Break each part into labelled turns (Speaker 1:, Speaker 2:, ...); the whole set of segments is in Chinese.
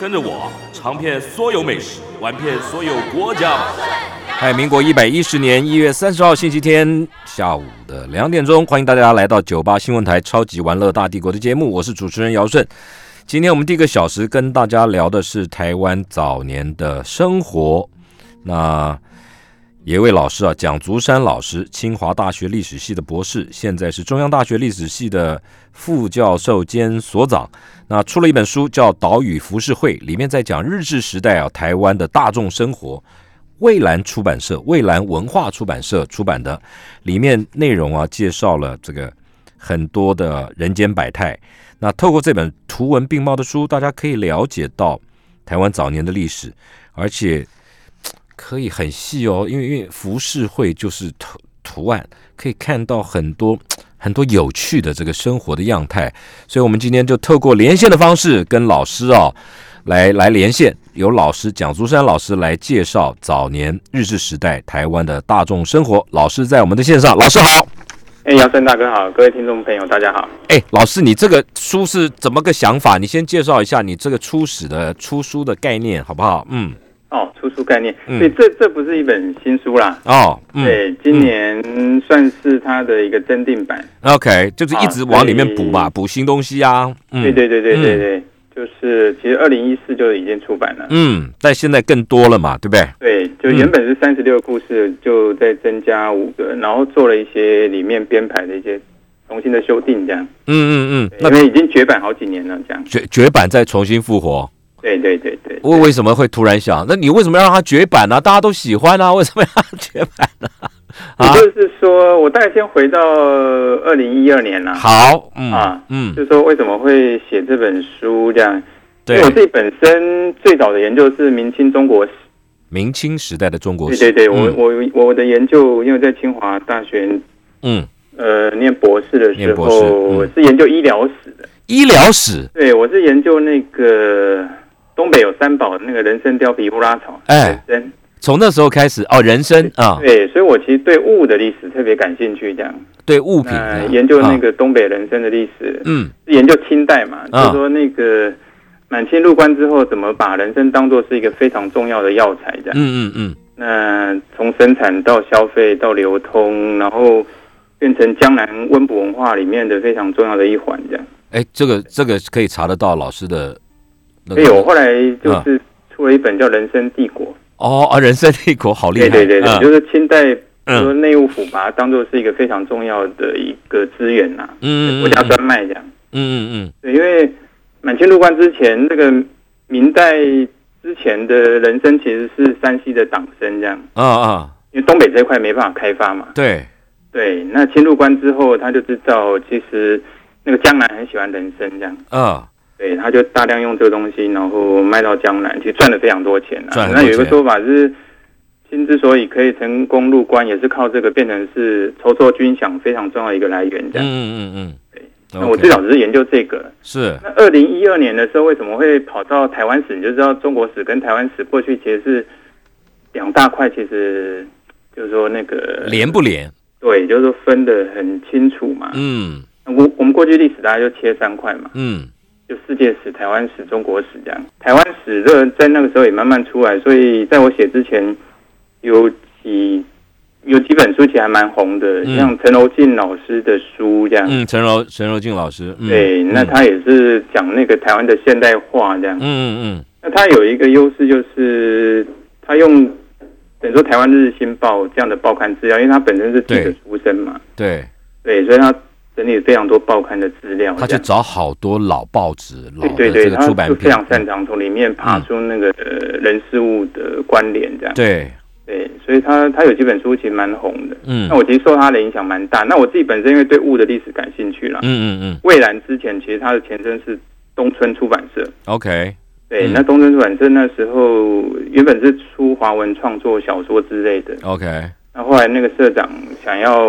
Speaker 1: 跟着我尝遍所有美食，玩遍所有国家吧。
Speaker 2: 嗨，民国一百一十年一月三十号星期天下午的两点钟，欢迎大家来到九八新闻台《超级玩乐大帝国》的节目，我是主持人姚顺。今天我们第一个小时跟大家聊的是台湾早年的生活。那有一位老师啊，蒋竹山老师，清华大学历史系的博士，现在是中央大学历史系的副教授兼所长。那出了一本书叫《岛屿浮世绘》，里面在讲日治时代啊台湾的大众生活。蔚蓝出版社、蔚蓝文化出版社出版的，里面内容啊介绍了这个很多的人间百态。那透过这本图文并茂的书，大家可以了解到台湾早年的历史，而且嘖可以很细哦，因为因为浮世绘就是图图案，可以看到很多嘖很多有趣的这个生活的样态。所以我们今天就透过连线的方式跟老师啊、来来连线，由老师蒋竹山老师来介绍早年日治时代台湾的大众生活。老师在我们的线上，老师好。
Speaker 3: 哎，姚森大哥好，各位听众朋友大家好。
Speaker 2: 哎，老师，你这个书是怎么个想法？你先介绍一下你这个初始的出书的概念，好不好？嗯，
Speaker 3: 哦，出书概念，
Speaker 2: 嗯
Speaker 3: 所以这这不是一本新书啦，
Speaker 2: 哦，嗯
Speaker 3: 对，今年算是它的一个增订版。
Speaker 2: ，OK，就是一直往里面补嘛，
Speaker 3: 啊
Speaker 2: 补新东西啊。嗯，
Speaker 3: 对对对对对
Speaker 2: 嗯
Speaker 3: 对，就是其实二零一四就已经出版了。
Speaker 2: 嗯，但现在更多了嘛，对不对？
Speaker 3: 对，就原本是三十六个故事，就再增加五个，然后做了一些里面编排的一些重新的修订，这样。
Speaker 2: 嗯嗯嗯，
Speaker 3: 对
Speaker 2: 那
Speaker 3: 因为已经绝版好几年了，这样。
Speaker 2: 绝绝版再重新复活，
Speaker 3: 对对对对，
Speaker 2: 为为什么会突然想？那你为什么要让它绝版呢、大家都喜欢啊，为 什么要让它绝版呢、啊
Speaker 3: 也就是说，我大概先回到二零一二年啦。
Speaker 2: 好，嗯、
Speaker 3: 啊
Speaker 2: 嗯，
Speaker 3: 就说为什么会写这本书这样？因
Speaker 2: 对
Speaker 3: 为我，自己本身最早的研究是明清中国史，
Speaker 2: 明清时代的中国
Speaker 3: 对
Speaker 2: 史，
Speaker 3: 对对，
Speaker 2: 嗯
Speaker 3: 我我我的研究，因为在清华大学
Speaker 2: 嗯，
Speaker 3: 呃念博士的时
Speaker 2: 念
Speaker 3: 候，
Speaker 2: 博士嗯
Speaker 3: 我是研究医疗史的，
Speaker 2: 医疗史，
Speaker 3: 对我是研究那个东北有三宝，那个人参、貂皮、乌拉草，
Speaker 2: 哎
Speaker 3: 人参，
Speaker 2: 从那时候开始哦，人参啊，
Speaker 3: 对，所以我其实对物的历史特别感兴趣，这样，
Speaker 2: 对物品
Speaker 3: 那
Speaker 2: 啊
Speaker 3: 研究那
Speaker 2: 啊
Speaker 3: 个东北人参的历史，
Speaker 2: 嗯，
Speaker 3: 是研究清代嘛，就
Speaker 2: 啊
Speaker 3: 是说那个满清入关之后，怎么把人参当做是一个非常重要的药材这样。
Speaker 2: 嗯嗯嗯，
Speaker 3: 那从生产到消费到流通，然后变成江南温补文化里面的非常重要的一环这样。
Speaker 2: 哎，这个这个可以查得到老师的那
Speaker 3: 所以我
Speaker 2: 个
Speaker 3: 哎后来就是出了一本叫《人参帝国》，
Speaker 2: 哦啊，人参帝国好厉害，
Speaker 3: 对对对对，就
Speaker 2: 嗯
Speaker 3: 是清代。
Speaker 2: 嗯
Speaker 3: 说内务府把它当做是一个非常重要的一个资源呐、
Speaker 2: 嗯
Speaker 3: 国
Speaker 2: 嗯
Speaker 3: 家
Speaker 2: 嗯
Speaker 3: 专卖这样。
Speaker 2: 嗯嗯
Speaker 3: 对，因为满清入关之前，那个明代之前的人参其实是山西的党参这样，
Speaker 2: 嗯啊啊，
Speaker 3: 因为东北这块没办法开发嘛。
Speaker 2: 对，
Speaker 3: 对，那清入关之后，他就知道其实那个江南很喜欢人参这样，
Speaker 2: 啊
Speaker 3: 对，他就大量用这个东西，然后卖到江南，其实赚了非常多钱啊。
Speaker 2: 赚很多
Speaker 3: 那有一个
Speaker 2: 钱
Speaker 3: 说法是。清之所以可以成功入关，也是靠这个变成是筹措军饷非常重要的一个来源。这
Speaker 2: 嗯
Speaker 3: 样，
Speaker 2: 嗯嗯嗯，
Speaker 3: 那我
Speaker 2: OK，
Speaker 3: 最早只是研究这个，
Speaker 2: 是
Speaker 3: 那二零一二年的时候，为什么会跑到台湾史？你就知道中国史跟台湾史过去其实是两大块，其实就是说那个
Speaker 2: 连不连？
Speaker 3: 对，就是说分得很清楚嘛。
Speaker 2: 嗯
Speaker 3: 我我们过去历史大概就切三块嘛，
Speaker 2: 嗯
Speaker 3: 就世界史、台湾史、中国史这样。台湾史这个在那个时候也慢慢出来，所以在我写之前有几有几本书其实还蛮红的，
Speaker 2: 嗯
Speaker 3: 像陈柔静老师的书这样。
Speaker 2: 嗯，陈柔陈柔静老师，嗯
Speaker 3: 对，那
Speaker 2: 嗯
Speaker 3: 他也是讲那个台湾的现代化这样。
Speaker 2: 嗯嗯
Speaker 3: 那它有一个优势就是，它用等于说台湾《日日新报》这样的报刊资料，因为它本身是记者
Speaker 2: 对
Speaker 3: 出身嘛，
Speaker 2: 嗯，对。
Speaker 3: 对，所以它整理非常多报刊的资料，
Speaker 2: 他
Speaker 3: 这
Speaker 2: 去
Speaker 3: 样
Speaker 2: 找好多老报纸、老
Speaker 3: 对
Speaker 2: 的这
Speaker 3: 对对，
Speaker 2: 个
Speaker 3: 它
Speaker 2: 出版
Speaker 3: 就
Speaker 2: 品，
Speaker 3: 非常擅长从里面爬出那个、呃人事物的关联，这样
Speaker 2: 嗯对，
Speaker 3: 对，所以它它有几本书其实蛮红的。
Speaker 2: 嗯
Speaker 3: 那我其实受它的影响蛮大。那我自己本身因为对物的历史感兴趣啦
Speaker 2: 嗯，嗯嗯
Speaker 3: 蔚蓝之前其实它的前身是东村出版社，
Speaker 2: ，OK，
Speaker 3: 对，
Speaker 2: 嗯
Speaker 3: 那东森出版社那时候原本是出华文创作小说之类的，
Speaker 2: OK，
Speaker 3: 那后来那个社长想要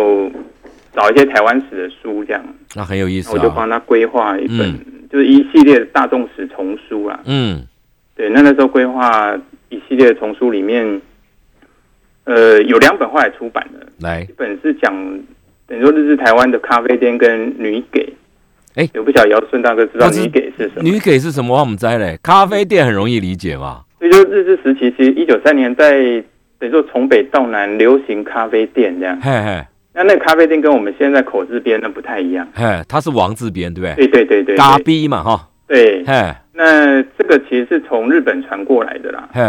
Speaker 3: 找一些台湾史的书，这样，
Speaker 2: 那很有意
Speaker 3: 那
Speaker 2: 思
Speaker 3: 我就帮
Speaker 2: 啊。
Speaker 3: 他规划一本，就是一系列的大众史丛书啦。
Speaker 2: 嗯
Speaker 3: 对，那那时候规划一系列的丛书里面，呃，有两本后来出版的，
Speaker 2: 来
Speaker 3: 一本是讲等于说日治台湾的咖啡店跟女给。
Speaker 2: 哎
Speaker 3: 我不晓得姚顺大哥知道
Speaker 2: 那是
Speaker 3: 女给是什么？
Speaker 2: 女给是什么？我们在嘞，咖啡店很容易理解嘛。
Speaker 3: 所以就日治时期，其实一九三年在等于说从北到南流行咖啡店这样。
Speaker 2: 嘿嘿
Speaker 3: 那那个咖啡店跟我们现在口字边那不太一样。
Speaker 2: 嘿，它是王字边对不对？
Speaker 3: 对对对对，
Speaker 2: 咖
Speaker 3: 对
Speaker 2: 逼嘛哈，
Speaker 3: 对，
Speaker 2: 嘿
Speaker 3: 那这个其实是从日本传过来的啦。
Speaker 2: 嘿，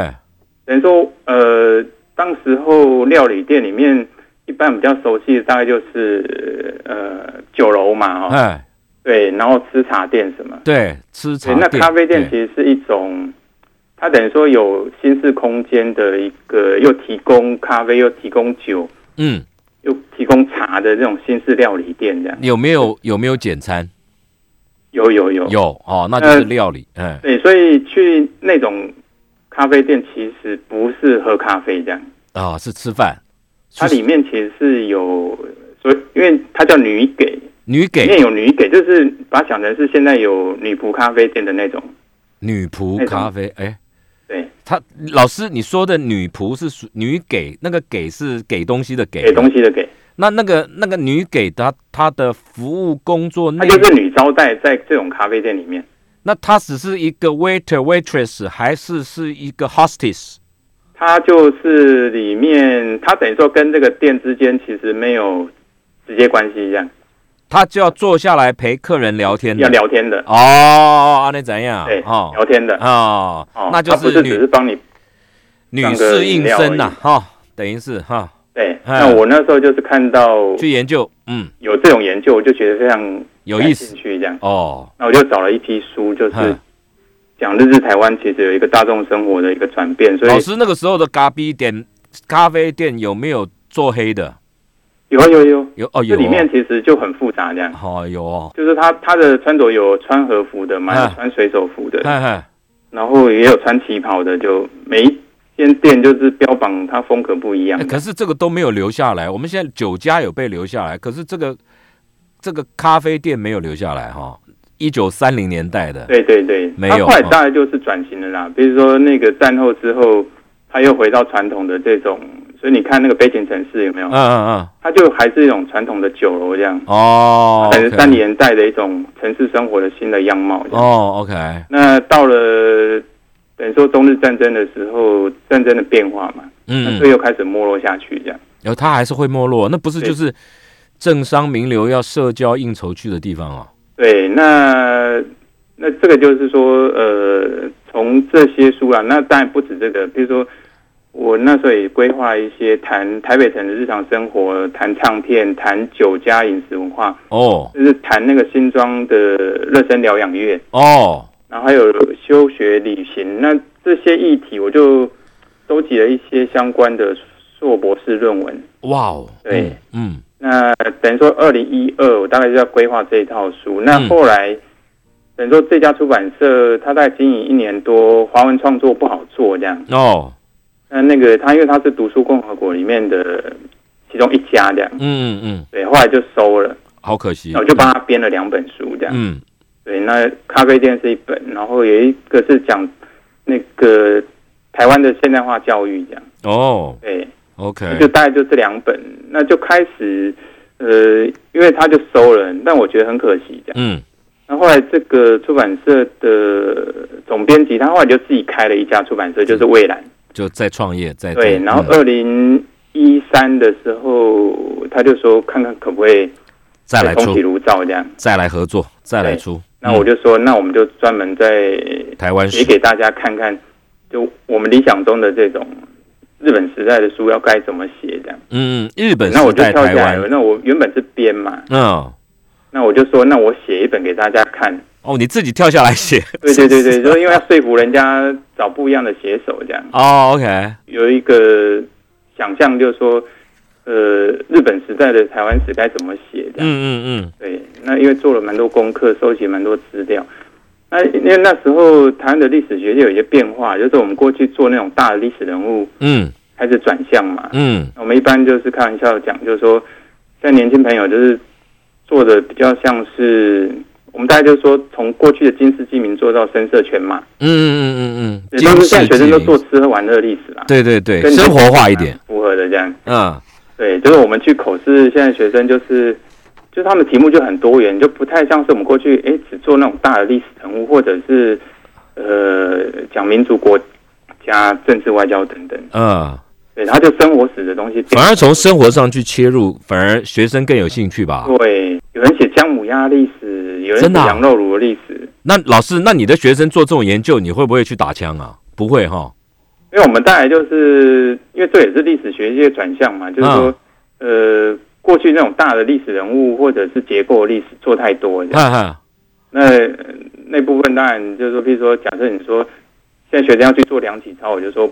Speaker 3: 等于说，呃，当时候料理店里面一般比较熟悉的大概就是呃酒楼嘛，哦，
Speaker 2: 哎，
Speaker 3: 对，然后吃茶店什么。
Speaker 2: 对，吃茶
Speaker 3: 对，那
Speaker 2: 店
Speaker 3: 咖啡店其
Speaker 2: 对
Speaker 3: 实是一种，它等于说有新式空间的一个，又提供咖啡，又提供酒，
Speaker 2: 嗯，
Speaker 3: 又提供茶的这种新式料理店，这样
Speaker 2: 有没有有没有简餐？
Speaker 3: 有有有。
Speaker 2: 有哦，那
Speaker 3: 呃
Speaker 2: 就是料理，嗯，
Speaker 3: 对，所以去那种咖啡店其实不是喝咖啡这样，
Speaker 2: 啊，是吃饭，
Speaker 3: 它里面其实是有，所以因为它叫女给，
Speaker 2: 女
Speaker 3: 里
Speaker 2: 给
Speaker 3: 面有女给，就是把它想成是现在有女仆咖啡店的那种，
Speaker 2: 女仆咖啡，哎，
Speaker 3: 对，
Speaker 2: 他老师你说的女仆是属女给，那个给是给东西的给，
Speaker 3: 给东西的给，
Speaker 2: 那那个那个女给她她的服务工作
Speaker 3: 它
Speaker 2: 内
Speaker 3: 啊就
Speaker 2: 容，
Speaker 3: 是女招待在这种咖啡店里面。
Speaker 2: 那她只是一个 waiter waitress 还是是一个 hostess？
Speaker 3: 它就是里面，它等于说跟这个店之间其实没有直接关系，一样
Speaker 2: 她就要坐下来陪客人聊天的
Speaker 3: 要聊天的，
Speaker 2: 哦，啊，那怎样？
Speaker 3: 对，
Speaker 2: 哦
Speaker 3: 聊天的，
Speaker 2: 哦
Speaker 3: 哦，，
Speaker 2: 那就
Speaker 3: 它不是只
Speaker 2: 女
Speaker 3: 是帮你
Speaker 2: 女士应声呐
Speaker 3: 上个饮料而已、
Speaker 2: 哈、等于是哈、
Speaker 3: 对。
Speaker 2: 嗯
Speaker 3: 那我那时候就是看到
Speaker 2: 去研究，嗯，
Speaker 3: 有这种研究，我就觉得非常
Speaker 2: 有意
Speaker 3: 感
Speaker 2: 思
Speaker 3: 兴趣这样。
Speaker 2: 哦，
Speaker 3: 那我就找了一批书，就是
Speaker 2: 嗯
Speaker 3: 讲日治台湾其实有一个大众生活的一个转变，所以
Speaker 2: 老师那个时候的咖啡店，咖啡店有没有做黑的？
Speaker 3: 有啊有啊有啊，
Speaker 2: 有哦，
Speaker 3: 这
Speaker 2: 有哦
Speaker 3: 里面其实就很复杂这样。
Speaker 2: 哦有哦，
Speaker 3: 就是他他的穿着有穿和服的嘛，
Speaker 2: 嗯
Speaker 3: 有穿水手服的，
Speaker 2: 嘿嘿，
Speaker 3: 然后也有穿旗袍的，就每一间店就是标榜它风格不一样
Speaker 2: 哎可是这个都没有留下来。我们现在酒家有被留下来，可是这个这个咖啡店没有留下来哈。一九三零年代的，
Speaker 3: 对对对，
Speaker 2: 没有哦
Speaker 3: 它后来大概就是转型了啦。比如说那个战后之后，他又回到传统的这种，所以你看那个北京城市有没有
Speaker 2: 嗯？嗯嗯，
Speaker 3: 它就还是一种传统的酒楼这样，
Speaker 2: 哦，
Speaker 3: 但是
Speaker 2: OK
Speaker 3: 三零年代的一种城市生活的新的样貌这样。
Speaker 2: 哦，OK，
Speaker 3: 那到了等于说中日战争的时候，战争的变化嘛，那
Speaker 2: 嗯，
Speaker 3: 所以又开始没落下去这样。
Speaker 2: 然后它还是会没落，那不是
Speaker 3: 对
Speaker 2: 就是政商名流要社交应酬去的地方哦？
Speaker 3: 对，那那这个就是说，呃，从这些书啊，那当然不止这个，比如说我那时候也规划一些谈台北城的日常生活，谈唱片，谈酒家饮食文化，
Speaker 2: 哦
Speaker 3: 就是谈那个新庄的热身疗养院，
Speaker 2: 哦，
Speaker 3: 然后还有休学旅行，那这些议题我就收集了一些相关的硕博士论文。
Speaker 2: 哇哦，
Speaker 3: 对
Speaker 2: 嗯，
Speaker 3: 那等于说，二零一二我大概就要规划这一套书。那后来，等于说这家出版社，它大概经营一年多，华文创作不好做这样。
Speaker 2: 嗯，哦，
Speaker 3: 那那个它因为它是读书共和国里面的其中一家这样，
Speaker 2: 嗯嗯嗯，
Speaker 3: 对，后来就收了。
Speaker 2: 好可惜，
Speaker 3: 那我就帮他编了两本书这样。
Speaker 2: 嗯，
Speaker 3: 对，那咖啡店是一本，然后有一个是讲那个台湾的现代化教育这样。
Speaker 2: 哦
Speaker 3: 对，就
Speaker 2: ，OK，
Speaker 3: 大概就这两本，那就开始，呃，因为他就收了，但我觉得很可惜这样。
Speaker 2: 嗯，
Speaker 3: 那后来这个出版社的总编辑，他后来就自己开了一家出版社，就是蔚蓝。
Speaker 2: 就在创业，在
Speaker 3: 对，
Speaker 2: 在
Speaker 3: 然后
Speaker 2: 嗯
Speaker 3: 二零一三的时候，他就说看看可不可以
Speaker 2: 再来
Speaker 3: 重
Speaker 2: 出嗯
Speaker 3: 启，炉灶这样。
Speaker 2: 再来合作，再来出，
Speaker 3: 那我
Speaker 2: 就
Speaker 3: 就说，那我们就专门在
Speaker 2: 台湾
Speaker 3: 写
Speaker 2: 史，
Speaker 3: 给大家看看，就我们理想中的这种日本时代的书要该怎么写这样。
Speaker 2: 嗯，嗯日本
Speaker 3: 那我
Speaker 2: 是
Speaker 3: 就
Speaker 2: 在
Speaker 3: 跳
Speaker 2: 台
Speaker 3: 下来了。
Speaker 2: 湾，
Speaker 3: 那我原本是编嘛，
Speaker 2: 嗯，
Speaker 3: 那我就说，那我写一本给大家看。
Speaker 2: 哦，你自己跳下来写，
Speaker 3: 对对对对，就是因为要说服人家找不一样的写手，这样
Speaker 2: 哦，OK，
Speaker 3: 有一个想象，就是说，呃，日本时代的台湾史该怎么写
Speaker 2: 嗯
Speaker 3: 这样。
Speaker 2: 嗯嗯，
Speaker 3: 对，那因为做了蛮多功课，收集蛮多资料，那因为那时候台湾的历史学界有一些变化，就是我们过去做那种大的历史人物
Speaker 2: 嗯
Speaker 3: 开始转向嘛。
Speaker 2: 嗯
Speaker 3: 我们一般就是开玩笑讲，就是说，像年轻朋友就是做的比较像是，我们大概就是说从过去的金世纪民做到声色犬马，
Speaker 2: 嗯嗯嗯嗯
Speaker 3: 也
Speaker 2: 嗯，
Speaker 3: 就是现在学生都
Speaker 2: 金世纪
Speaker 3: 做吃喝玩乐历史啦，
Speaker 2: 对对对，
Speaker 3: 跟你
Speaker 2: 生活化一点，
Speaker 3: 符合的这样。
Speaker 2: 嗯
Speaker 3: 对，就是我们去口试，现在学生就是，就是他们题目就很多元，就不太像是我们过去哎只做那种大的历史人物，或者是呃讲民族国家政治外交等等。
Speaker 2: 嗯，
Speaker 3: 对，他就生活史的东西变
Speaker 2: 反而从生活上去切入，反而学生更有兴趣吧？
Speaker 3: 对，有人写姜母鸭历史，有人
Speaker 2: 真
Speaker 3: 写
Speaker 2: 的啊
Speaker 3: 羊肉炉的历史，
Speaker 2: 那老师，那你的学生做这种研究，你会不会去打枪啊？不会哈，
Speaker 3: 因为我们带来就是因为这也是历史学界转向
Speaker 2: 嗯
Speaker 3: 嘛，就是说、呃过去那种大的历史人物或者是结构的历史做太多了这样。
Speaker 2: 哈哈，
Speaker 3: 那呃那部分当然就是说，譬如说，假设你说现在学生要去做量体操，我就说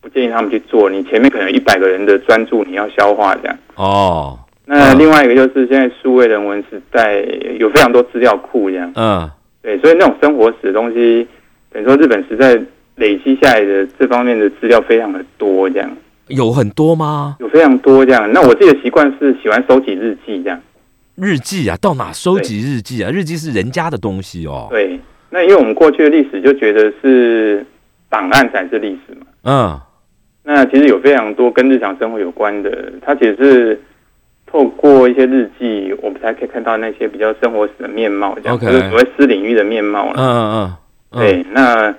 Speaker 3: 不建议他们去做。你前面可能一百个人的专注，你要消化这样。
Speaker 2: 哦，
Speaker 3: 那
Speaker 2: 嗯
Speaker 3: 另外一个就是现在数位人文时代有非常多资料库这样，
Speaker 2: 嗯
Speaker 3: 对，所以那种生活史的东西，等于说日本时代累积下来的这方面的资料非常的多，这样
Speaker 2: 有很多吗？
Speaker 3: 有非常多这样。那我自己的习惯是喜欢收集日记这样，
Speaker 2: 日记啊，到哪收集日记啊？日记是人家的东西哦。
Speaker 3: 对。那因为我们过去的历史就觉得是档案才是历史嘛。
Speaker 2: 嗯
Speaker 3: 那其实有非常多跟日常生活有关的，它其实是透过一些日记，我们才可以看到那些比较生活史的面貌，这样
Speaker 2: OK
Speaker 3: 就是所谓私领域的面貌
Speaker 2: 嗯
Speaker 3: 了。
Speaker 2: 嗯嗯，嗯，
Speaker 3: 对，那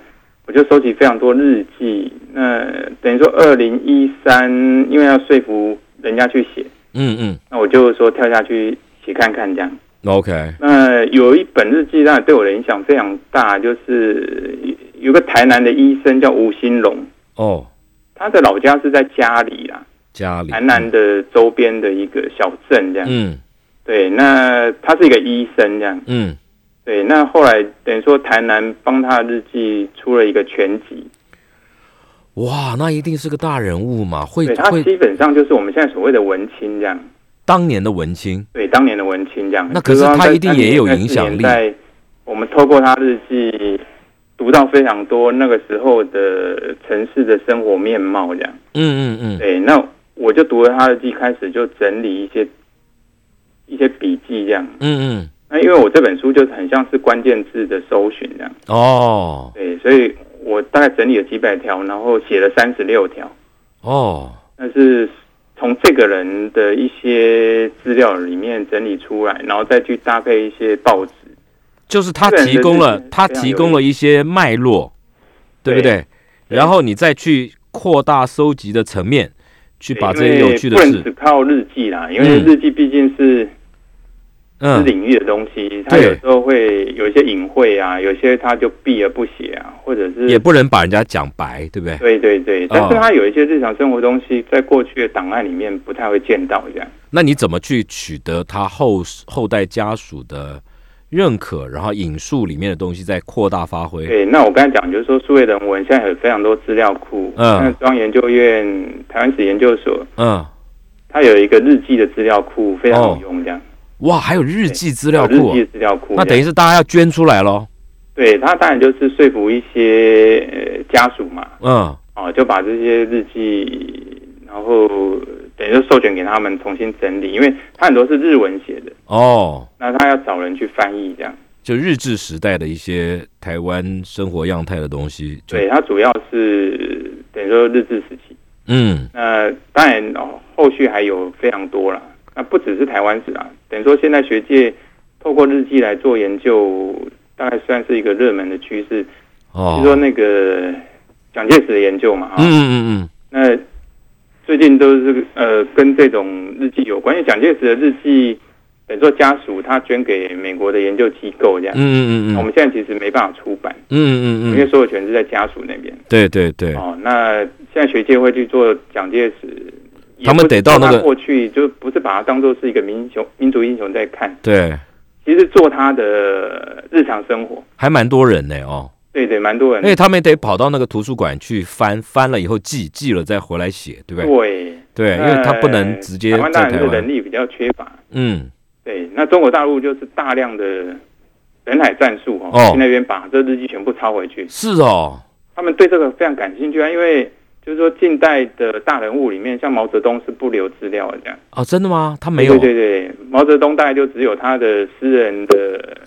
Speaker 3: 我就收集非常多日记。那等于说，二零一三，因为要说服人家去写，
Speaker 2: 嗯
Speaker 3: 那我就说跳下去写看看这样。
Speaker 2: 嗯，OK，
Speaker 3: 那有一本日记，当然对我的影响非常大，就是有个台南的医生叫吴兴荣，
Speaker 2: 哦，
Speaker 3: 他的老家是在家里啦。
Speaker 2: 家里，
Speaker 3: 台南的周边的一个小镇这样。
Speaker 2: 嗯
Speaker 3: 对，那他是一个医生这样。
Speaker 2: 嗯，
Speaker 3: 对，那后来等于说台南帮他的日记出了一个全集，
Speaker 2: 哇，那一定是个大人物嘛，会
Speaker 3: 对他
Speaker 2: 会
Speaker 3: 基本上就是我们现在所谓的文青这样。
Speaker 2: 当年的文青，
Speaker 3: 对，当年的文青这样。
Speaker 2: 那可是
Speaker 3: 就说
Speaker 2: 他
Speaker 3: 在
Speaker 2: 一定也有影响力
Speaker 3: 30年代我们透过他日记。读到非常多那个时候的城市的生活面貌，这样
Speaker 2: 嗯嗯嗯，
Speaker 3: 对。那我就读了他的日记，开始就整理一些一些笔记，这样。
Speaker 2: 嗯嗯，
Speaker 3: 那因为我这本书就是很像是关键字的搜寻这样，
Speaker 2: 哦
Speaker 3: 对，所以我大概整理了几百条，然后写了三十六条，
Speaker 2: 哦，
Speaker 3: 那是从这个人的一些资料里面整理出来，然后再去搭配一些报纸，
Speaker 2: 就是他
Speaker 3: 这个人
Speaker 2: 提供了
Speaker 3: 真的是
Speaker 2: 他
Speaker 3: 非常
Speaker 2: 提
Speaker 3: 有
Speaker 2: 供
Speaker 3: 意
Speaker 2: 了一些脉络，对不对？然后你再去扩大收集的层面，去把这些
Speaker 3: 因为
Speaker 2: 有趣的
Speaker 3: 不能只
Speaker 2: 事，
Speaker 3: 靠日记啦，因为
Speaker 2: 嗯
Speaker 3: 日记毕竟是私
Speaker 2: 嗯
Speaker 3: 领域的东西，它
Speaker 2: 对
Speaker 3: 有时候会有一些隐晦啊，有些它就避而不写啊，或者是
Speaker 2: 也不能把人家讲白，对不对？
Speaker 3: 对对对，但是
Speaker 2: 哦
Speaker 3: 它有一些日常生活东西，在过去的档案里面不太会见到这样。
Speaker 2: 那你怎么去取得他后后代家属的认可，然后引述里面的东西再扩大发挥？
Speaker 3: 对，那我刚才讲就是说，数位人文现在有非常多资料库，
Speaker 2: 嗯
Speaker 3: 那中央研究院台湾史研究所，
Speaker 2: 嗯，
Speaker 3: 它有一个日记的资料库，非常有用，这样、
Speaker 2: 哇，还有日记哦资料
Speaker 3: 有
Speaker 2: 库
Speaker 3: 日
Speaker 2: 哦、
Speaker 3: 记的资料库，
Speaker 2: 那等于
Speaker 3: 于
Speaker 2: 是大家要捐出来喽。
Speaker 3: 对它当然就是说服一些呃家属嘛，
Speaker 2: 嗯，
Speaker 3: 啊，就把这些日记，然后等于就授权给他们重新整理，因为它很多是日文写的，
Speaker 2: 哦，
Speaker 3: 那他要找人去翻译这样。
Speaker 2: 就日治时代的一些台湾生活样态的东西，就
Speaker 3: 对，它主要是等于说日治时期。
Speaker 2: 嗯
Speaker 3: 那当然、哦，后续还有非常多啦。那不只是台湾史啊，等于说现在学界透过日记来做研究，大概算是一个热门的趋势。
Speaker 2: 哦
Speaker 3: 就，说那个蒋介石的研究嘛，啊，
Speaker 2: 嗯嗯嗯
Speaker 3: 那最近都是呃跟这种日记有关，因为蒋介石的日记等于说家属他捐给美国的研究机构这样。
Speaker 2: 嗯嗯嗯
Speaker 3: 那我
Speaker 2: 嗯
Speaker 3: 们现在其实没办法出版，
Speaker 2: 嗯
Speaker 3: 因
Speaker 2: 嗯
Speaker 3: 为
Speaker 2: 嗯，
Speaker 3: 所有权是在家属那边。
Speaker 2: 对对对，
Speaker 3: 哦，那现在学界会去做蒋介石，
Speaker 2: 他们得到那个
Speaker 3: 也不是说他过去就不是把他当做是一个民雄民族英雄在看，
Speaker 2: 对，
Speaker 3: 其实做他的日常生活，
Speaker 2: 还蛮多人呢哦，
Speaker 3: 对对，蛮多人
Speaker 2: 因为他们得跑到那个图书馆去翻，翻了以后记，记了再回来写，对不对？
Speaker 3: 对，
Speaker 2: 对，因
Speaker 3: 那
Speaker 2: 为他不能直接
Speaker 3: 呃台湾当
Speaker 2: 在台
Speaker 3: 然是人
Speaker 2: 湾，
Speaker 3: 力比较缺乏，
Speaker 2: 嗯，
Speaker 3: 对，那中国大陆就是大量的人海战术哦，
Speaker 2: 哦
Speaker 3: 去那边把这日记全部抄回去。
Speaker 2: 是哦，
Speaker 3: 他们对这个非常感兴趣啊，因为就是说近代的大人物里面，像毛泽东是不留资料的这样。
Speaker 2: 哦，真的吗？他没有，
Speaker 3: 对对对，毛泽东大概就只有他的私人的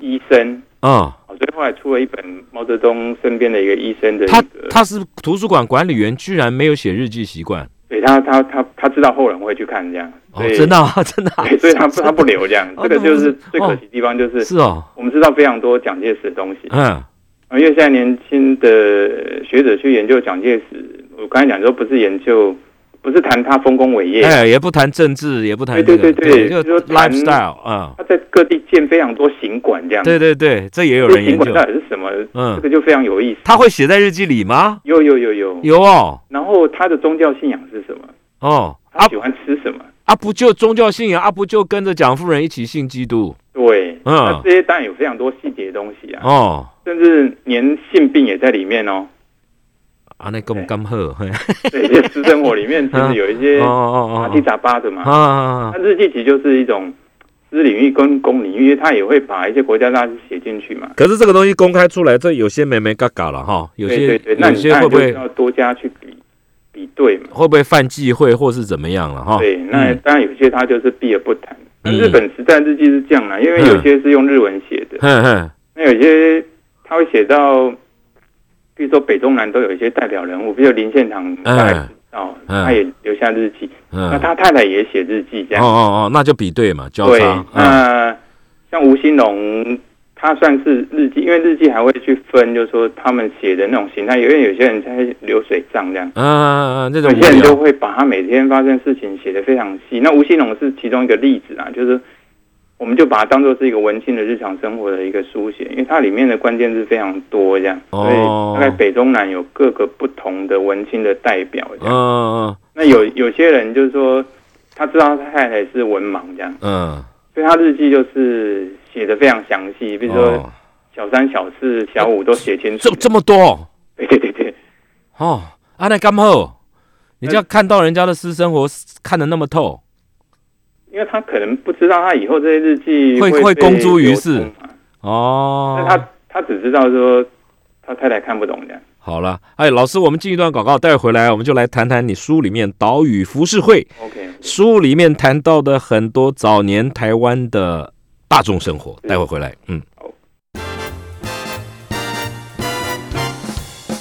Speaker 3: 医生，
Speaker 2: 嗯，
Speaker 3: 哦所以后来出了一本毛泽东身边的一个医生的一
Speaker 2: 他
Speaker 3: 个，
Speaker 2: 他是图书馆管理员，居然没有写日记习惯，
Speaker 3: 对他他他他知道后人会去看这样，
Speaker 2: 哦
Speaker 3: 所以、，
Speaker 2: 真的、啊、 真的啊、
Speaker 3: 对，所以他不他不留这样，
Speaker 2: 哦
Speaker 3: 这个就是
Speaker 2: 这
Speaker 3: 最
Speaker 2: 不是
Speaker 3: 可惜的地方，就是
Speaker 2: 是哦，
Speaker 3: 我们知道非常多蒋介石的东西，
Speaker 2: 嗯，
Speaker 3: 啊因为现在年轻的学者去研究蒋介石，我刚才讲说不是研究，不是谈他丰功伟业，
Speaker 2: 哎，也不谈政治，也不谈、
Speaker 3: 对
Speaker 2: 这个
Speaker 3: 对对对
Speaker 2: 就
Speaker 3: 就谈
Speaker 2: lifestyle，嗯，
Speaker 3: 他在各地建非常多行馆这样，
Speaker 2: 对对对，这也有
Speaker 3: 这个
Speaker 2: 人
Speaker 3: 行
Speaker 2: 研
Speaker 3: 馆
Speaker 2: 究，
Speaker 3: 到底是什么？这
Speaker 2: 嗯，
Speaker 3: 个就非常有意思。
Speaker 2: 他会写在日记里吗？
Speaker 3: 有有有有，
Speaker 2: 有哦，
Speaker 3: 然后他的宗教信仰是什么？
Speaker 2: 哦，
Speaker 3: 他
Speaker 2: 啊
Speaker 3: 喜欢吃什么？
Speaker 2: 啊，不就宗教信仰啊，不就跟着蒋夫人一起信基督？
Speaker 3: 对，
Speaker 2: 嗯
Speaker 3: 那这些当然有非常多细节的东西啊，
Speaker 2: 哦，
Speaker 3: 甚至连性病也在里面哦。
Speaker 2: 啊，那更
Speaker 3: 对
Speaker 2: 刚喝，嘿
Speaker 3: 对，一些私生活里面其实有一些
Speaker 2: 哦哦
Speaker 3: 杂七
Speaker 2: 哦
Speaker 3: 啊杂八的嘛
Speaker 2: 哦，。啊
Speaker 3: 那，日记其实就是一种私领域跟公领域，因为他也会把一些国家大事写进去嘛。
Speaker 2: 可是这个东西公开出来，这有些没没嘎嘎了哈，有
Speaker 3: 对
Speaker 2: 些
Speaker 3: 对对，那
Speaker 2: 有
Speaker 3: 你
Speaker 2: 些
Speaker 3: 当
Speaker 2: 会
Speaker 3: 然
Speaker 2: 不
Speaker 3: 就
Speaker 2: 会
Speaker 3: 是要多加去比比对嘛。
Speaker 2: 会不会犯忌讳或是怎么样了哈？
Speaker 3: 对，那
Speaker 2: 嗯
Speaker 3: 当然有些他就是避而不谈。那
Speaker 2: 嗯
Speaker 3: 日本时代日记是这样啊啦，因为
Speaker 2: 嗯
Speaker 3: 有些是用日文写的，
Speaker 2: 哼哼，
Speaker 3: 那有些他会写到，比如说北中南都有一些代表人物，比如林献堂，大概知道，
Speaker 2: 嗯
Speaker 3: 他也留下日记，
Speaker 2: 嗯，
Speaker 3: 那他太太也写日记，这
Speaker 2: 哦
Speaker 3: 样、
Speaker 2: 哦哦，那就比对嘛，交
Speaker 3: 对
Speaker 2: 叉。。嗯
Speaker 3: 那、像吴兴隆，他算是日记，因为日记还会去分，就是说他们写的那种形态，因为有些人他会流水账这样。
Speaker 2: 嗯，嗯那种
Speaker 3: 有些
Speaker 2: 无
Speaker 3: 人就
Speaker 2: 聊，
Speaker 3: 会把他每天发生的事情写得非常细。那吴兴隆是其中一个例子啊，就是我们就把它当做是一个文青的日常生活的一个书写，因为它里面的关键字非常多，这样，所
Speaker 2: 哦
Speaker 3: 以大概北中南有各个不同的文青的代表
Speaker 2: 嗯
Speaker 3: 这样。
Speaker 2: 嗯
Speaker 3: 那有有些人就是说，他知道他太太是文盲这样，
Speaker 2: 嗯，
Speaker 3: 所以他日记就是写得非常详细，比
Speaker 2: 嗯
Speaker 3: 如
Speaker 2: 哦
Speaker 3: 说，小三、小四、小五都写清楚
Speaker 2: 这。这么多
Speaker 3: 对对对对，
Speaker 2: 哦，啊那干后，你这样看到人家的私生活看得那么透，
Speaker 3: 因为他可能不知道他以后这些日记
Speaker 2: 会会
Speaker 3: 被
Speaker 2: 公诸于
Speaker 3: 流
Speaker 2: 世
Speaker 3: 通嘛
Speaker 2: 哦
Speaker 3: 那，他他只知道说他太太看不懂这样。
Speaker 2: 好了，哎，老师，我们进一段广告，待会回来我们就来谈谈你书里面《岛屿浮世绘》
Speaker 3: OK，
Speaker 2: 书里面谈到的很多早年台湾的大众生活，待会回来，嗯
Speaker 3: 好。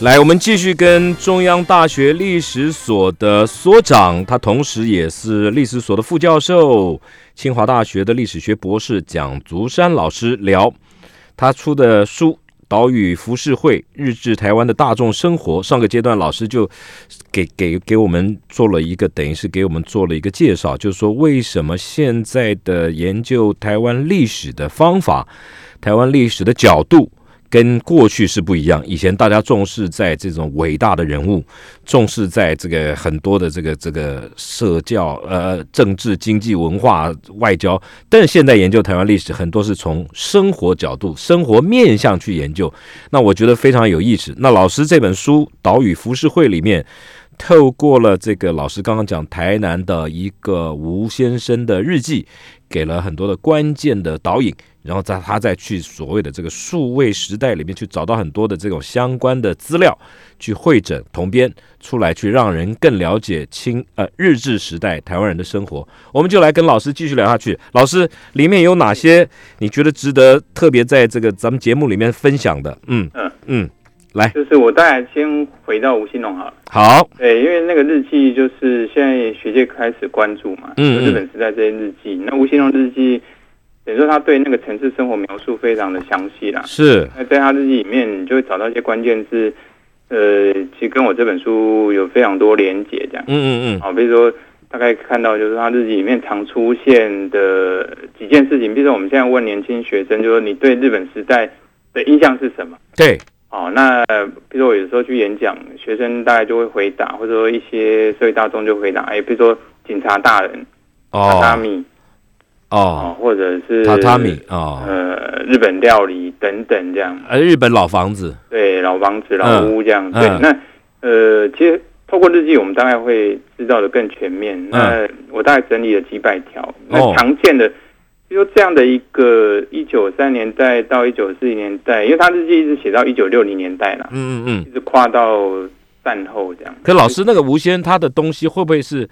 Speaker 2: 来，我们继续跟中央大学历史所的所长，他同时也是历史所的副教授，清华大学的历史学博士蒋竹山老师聊他出的书《岛屿浮世绘：日治台湾的大众生活》。上个阶段老师就给给给我们做了一个，等于是给我们做了一个介绍，就是说为什么现在的研究台湾历史的方法、台湾历史的角度。跟过去是不一样，以前大家重视在这种伟大的人物，重视在这个很多的这个这个社教、呃政治、经济、文化、外交，但是现在研究台湾历史，很多是从生活角度、生活面向去研究，那我觉得非常有意思。那老师这本书《岛屿浮世绘》里面，透过了这个老师刚刚讲台南的一个吴先生的日记，给了很多的关键的导引，然后在他再去所谓的这个数位时代里面去找到很多的这种相关的资料，去会诊同编出来，去让人更了解清呃日治时代台湾人的生活。我们就来跟老师继续聊下去。老师，里面有哪些你觉得值得特别在这个咱们节目里面分享的？嗯
Speaker 3: 嗯
Speaker 2: 嗯，
Speaker 3: 就是我大概先回到吴兴隆好了。
Speaker 2: 好，
Speaker 3: 对，因为那个日记就是现在学界开始关注嘛，
Speaker 2: 嗯嗯
Speaker 3: 就日本时代这些日记。那吴兴隆日记，等于说他对那个城市生活描述非常的详细啦。
Speaker 2: 是
Speaker 3: 那在他日记里面，你就会找到一些关键字，呃，其实跟我这本书有非常多连结这样。哦
Speaker 2: 嗯嗯
Speaker 3: 好，比如说大概看到就是他日记里面常出现的几件事情，比如说我们现在问年轻学生，就说你对日本时代的印象是什么？
Speaker 2: 嗯，对，
Speaker 3: 哦，那比如说我有时候去演讲，学生大概就会回答，或者说一些社会大众就回答，哎，比如说警察大人、榻榻
Speaker 2: 哦
Speaker 3: 米，
Speaker 2: 哦，
Speaker 3: 哦，或者是
Speaker 2: 榻榻米，哦，
Speaker 3: 呃，日本料理等等这样，
Speaker 2: 呃，日本老房子，
Speaker 3: 对，老房子、老屋这样，
Speaker 2: 嗯
Speaker 3: 对，那呃，其实。透过日记，我们大概会知道的更全面。那我大概整理了几百条，
Speaker 2: 嗯哦
Speaker 3: 那常见的就说这样的一个一九三年代到一九四零年代，因为他日记一直写到一九六零年代啦，
Speaker 2: 嗯嗯嗯
Speaker 3: 一。直跨到战后这样。
Speaker 2: 可老师那个吴先他的东西会不会是，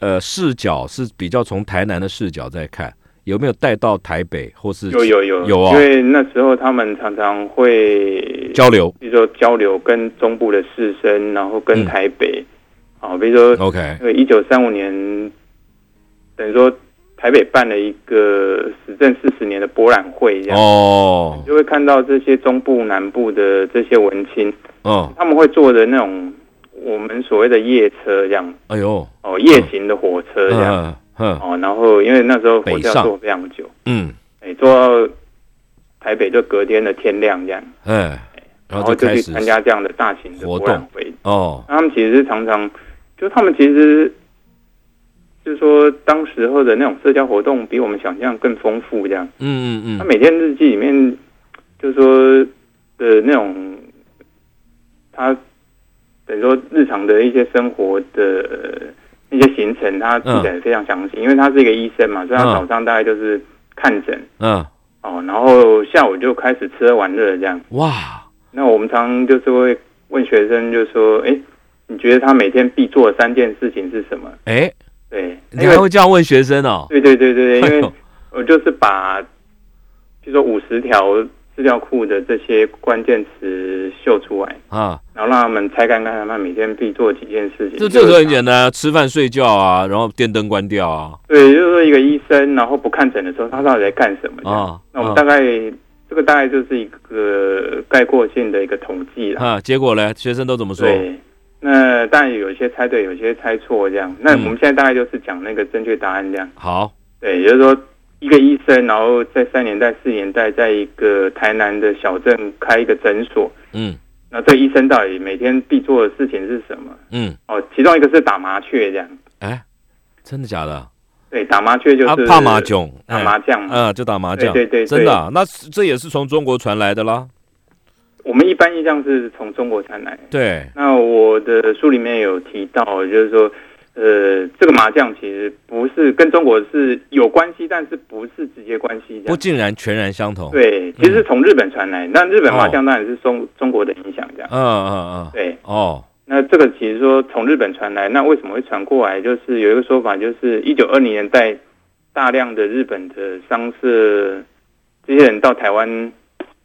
Speaker 2: 呃，视角是比较从台南的视角在看，有没有带到台北或是
Speaker 3: 有有
Speaker 2: 有
Speaker 3: 有因
Speaker 2: 哦
Speaker 3: 为那时候他们常常会
Speaker 2: 交流
Speaker 3: 比如说交流跟中部的士绅，然后
Speaker 2: 嗯
Speaker 3: 跟台北，好、比如说
Speaker 2: ？OK，
Speaker 3: 那个一九三五年，等于说台北办了一个时政四十年的博览会，这样、
Speaker 2: 哦，
Speaker 3: 就会看到这些中部、南部的这些文青，
Speaker 2: 嗯，
Speaker 3: 他们会坐的那种我们所谓的夜车这样，
Speaker 2: 哎呦，
Speaker 3: 哦，夜行的火车这样，
Speaker 2: 嗯嗯
Speaker 3: 哦，然后因为那时候火
Speaker 2: 北
Speaker 3: 车
Speaker 2: 上
Speaker 3: 要坐非常久，
Speaker 2: 嗯，
Speaker 3: 哎，坐到台北就隔天的天亮这样，
Speaker 2: 哎，然
Speaker 3: 然
Speaker 2: 后
Speaker 3: 后
Speaker 2: 就
Speaker 3: 哦就
Speaker 2: 开
Speaker 3: 去
Speaker 2: 始
Speaker 3: 参加这样的大型的
Speaker 2: 活
Speaker 3: 博览
Speaker 2: 动
Speaker 3: 会。
Speaker 2: 哦，
Speaker 3: 他们其实常常，就他们其实，就是说当时候的那种社交活动比我们想象更丰富。这样，
Speaker 2: 嗯嗯
Speaker 3: 他
Speaker 2: 嗯，
Speaker 3: 每天日记里面，就是说的那种，他等于说日常的一些生活的呃那些行程，他记载的非常详细。因为他是一个医生嘛，所以他
Speaker 2: 嗯
Speaker 3: 早上大概就是看诊
Speaker 2: 嗯，
Speaker 3: 哦，然后下午就开始吃喝玩乐这样。
Speaker 2: 哇，
Speaker 3: 那我们常常就是会问学生，就说：“哎，你觉得他每天必做的三件事情是什么
Speaker 2: 哎，？”
Speaker 3: 对，
Speaker 2: 你
Speaker 3: 因
Speaker 2: 还
Speaker 3: 为
Speaker 2: 会这样问学生哦？
Speaker 3: 对对对对，
Speaker 2: 哎
Speaker 3: 因为
Speaker 2: 呦
Speaker 3: 我就是把，就说五十条资料库的这些关键词秀出来，
Speaker 2: 啊，
Speaker 3: 然后让他们猜看看他们每天必做几件事情。
Speaker 2: 这这
Speaker 3: 就是
Speaker 2: 个很简单，吃饭睡觉啊，然后电灯关掉啊，
Speaker 3: 对，就是说一个医生，然后不看诊的时候，他到底在干什么？这样
Speaker 2: 啊
Speaker 3: 那我们
Speaker 2: 啊
Speaker 3: 大概这个大概就是一个概括性的一个统计啦。
Speaker 2: 啊，结果呢，学生都怎么说？
Speaker 3: 对，那当然有些猜对，有些猜错这样。那
Speaker 2: 嗯
Speaker 3: 我们现在大概就是讲那个正确答案这样。
Speaker 2: 好，
Speaker 3: 对，也就是说，一个医生，然后在三年代、四年代，在一个台南的小镇开一个诊所。
Speaker 2: 嗯
Speaker 3: 那这个医生到底每天必做的事情是什么？
Speaker 2: 嗯，
Speaker 3: 哦，其中一个是打麻雀这样。
Speaker 2: 哎，真的假的？
Speaker 3: 对，打麻雀就
Speaker 2: 啊
Speaker 3: 是、，
Speaker 2: 怕麻，将，
Speaker 3: 打麻将嘛。
Speaker 2: 啊，就打麻将，
Speaker 3: 对对对
Speaker 2: 真的啊、那是这也是从中国传来的啦，
Speaker 3: 我们一般印象是从中国传来。
Speaker 2: 对，
Speaker 3: 那我的书里面有提到，就是说，呃，这个麻将其实不是跟中国是有关系，但是不是直接关系这
Speaker 2: 不
Speaker 3: 样。
Speaker 2: 竟然全然相同，，
Speaker 3: 啊对，其实是从日本传来，那日本麻将当然是中中国的影响这样。
Speaker 2: 嗯嗯嗯，
Speaker 3: 对，
Speaker 2: 哦，
Speaker 3: 那这个其实说从日本传来，那为什么会传过来？就是有一个说法，就是一九二零年代大量的日本的商社这些人到台湾，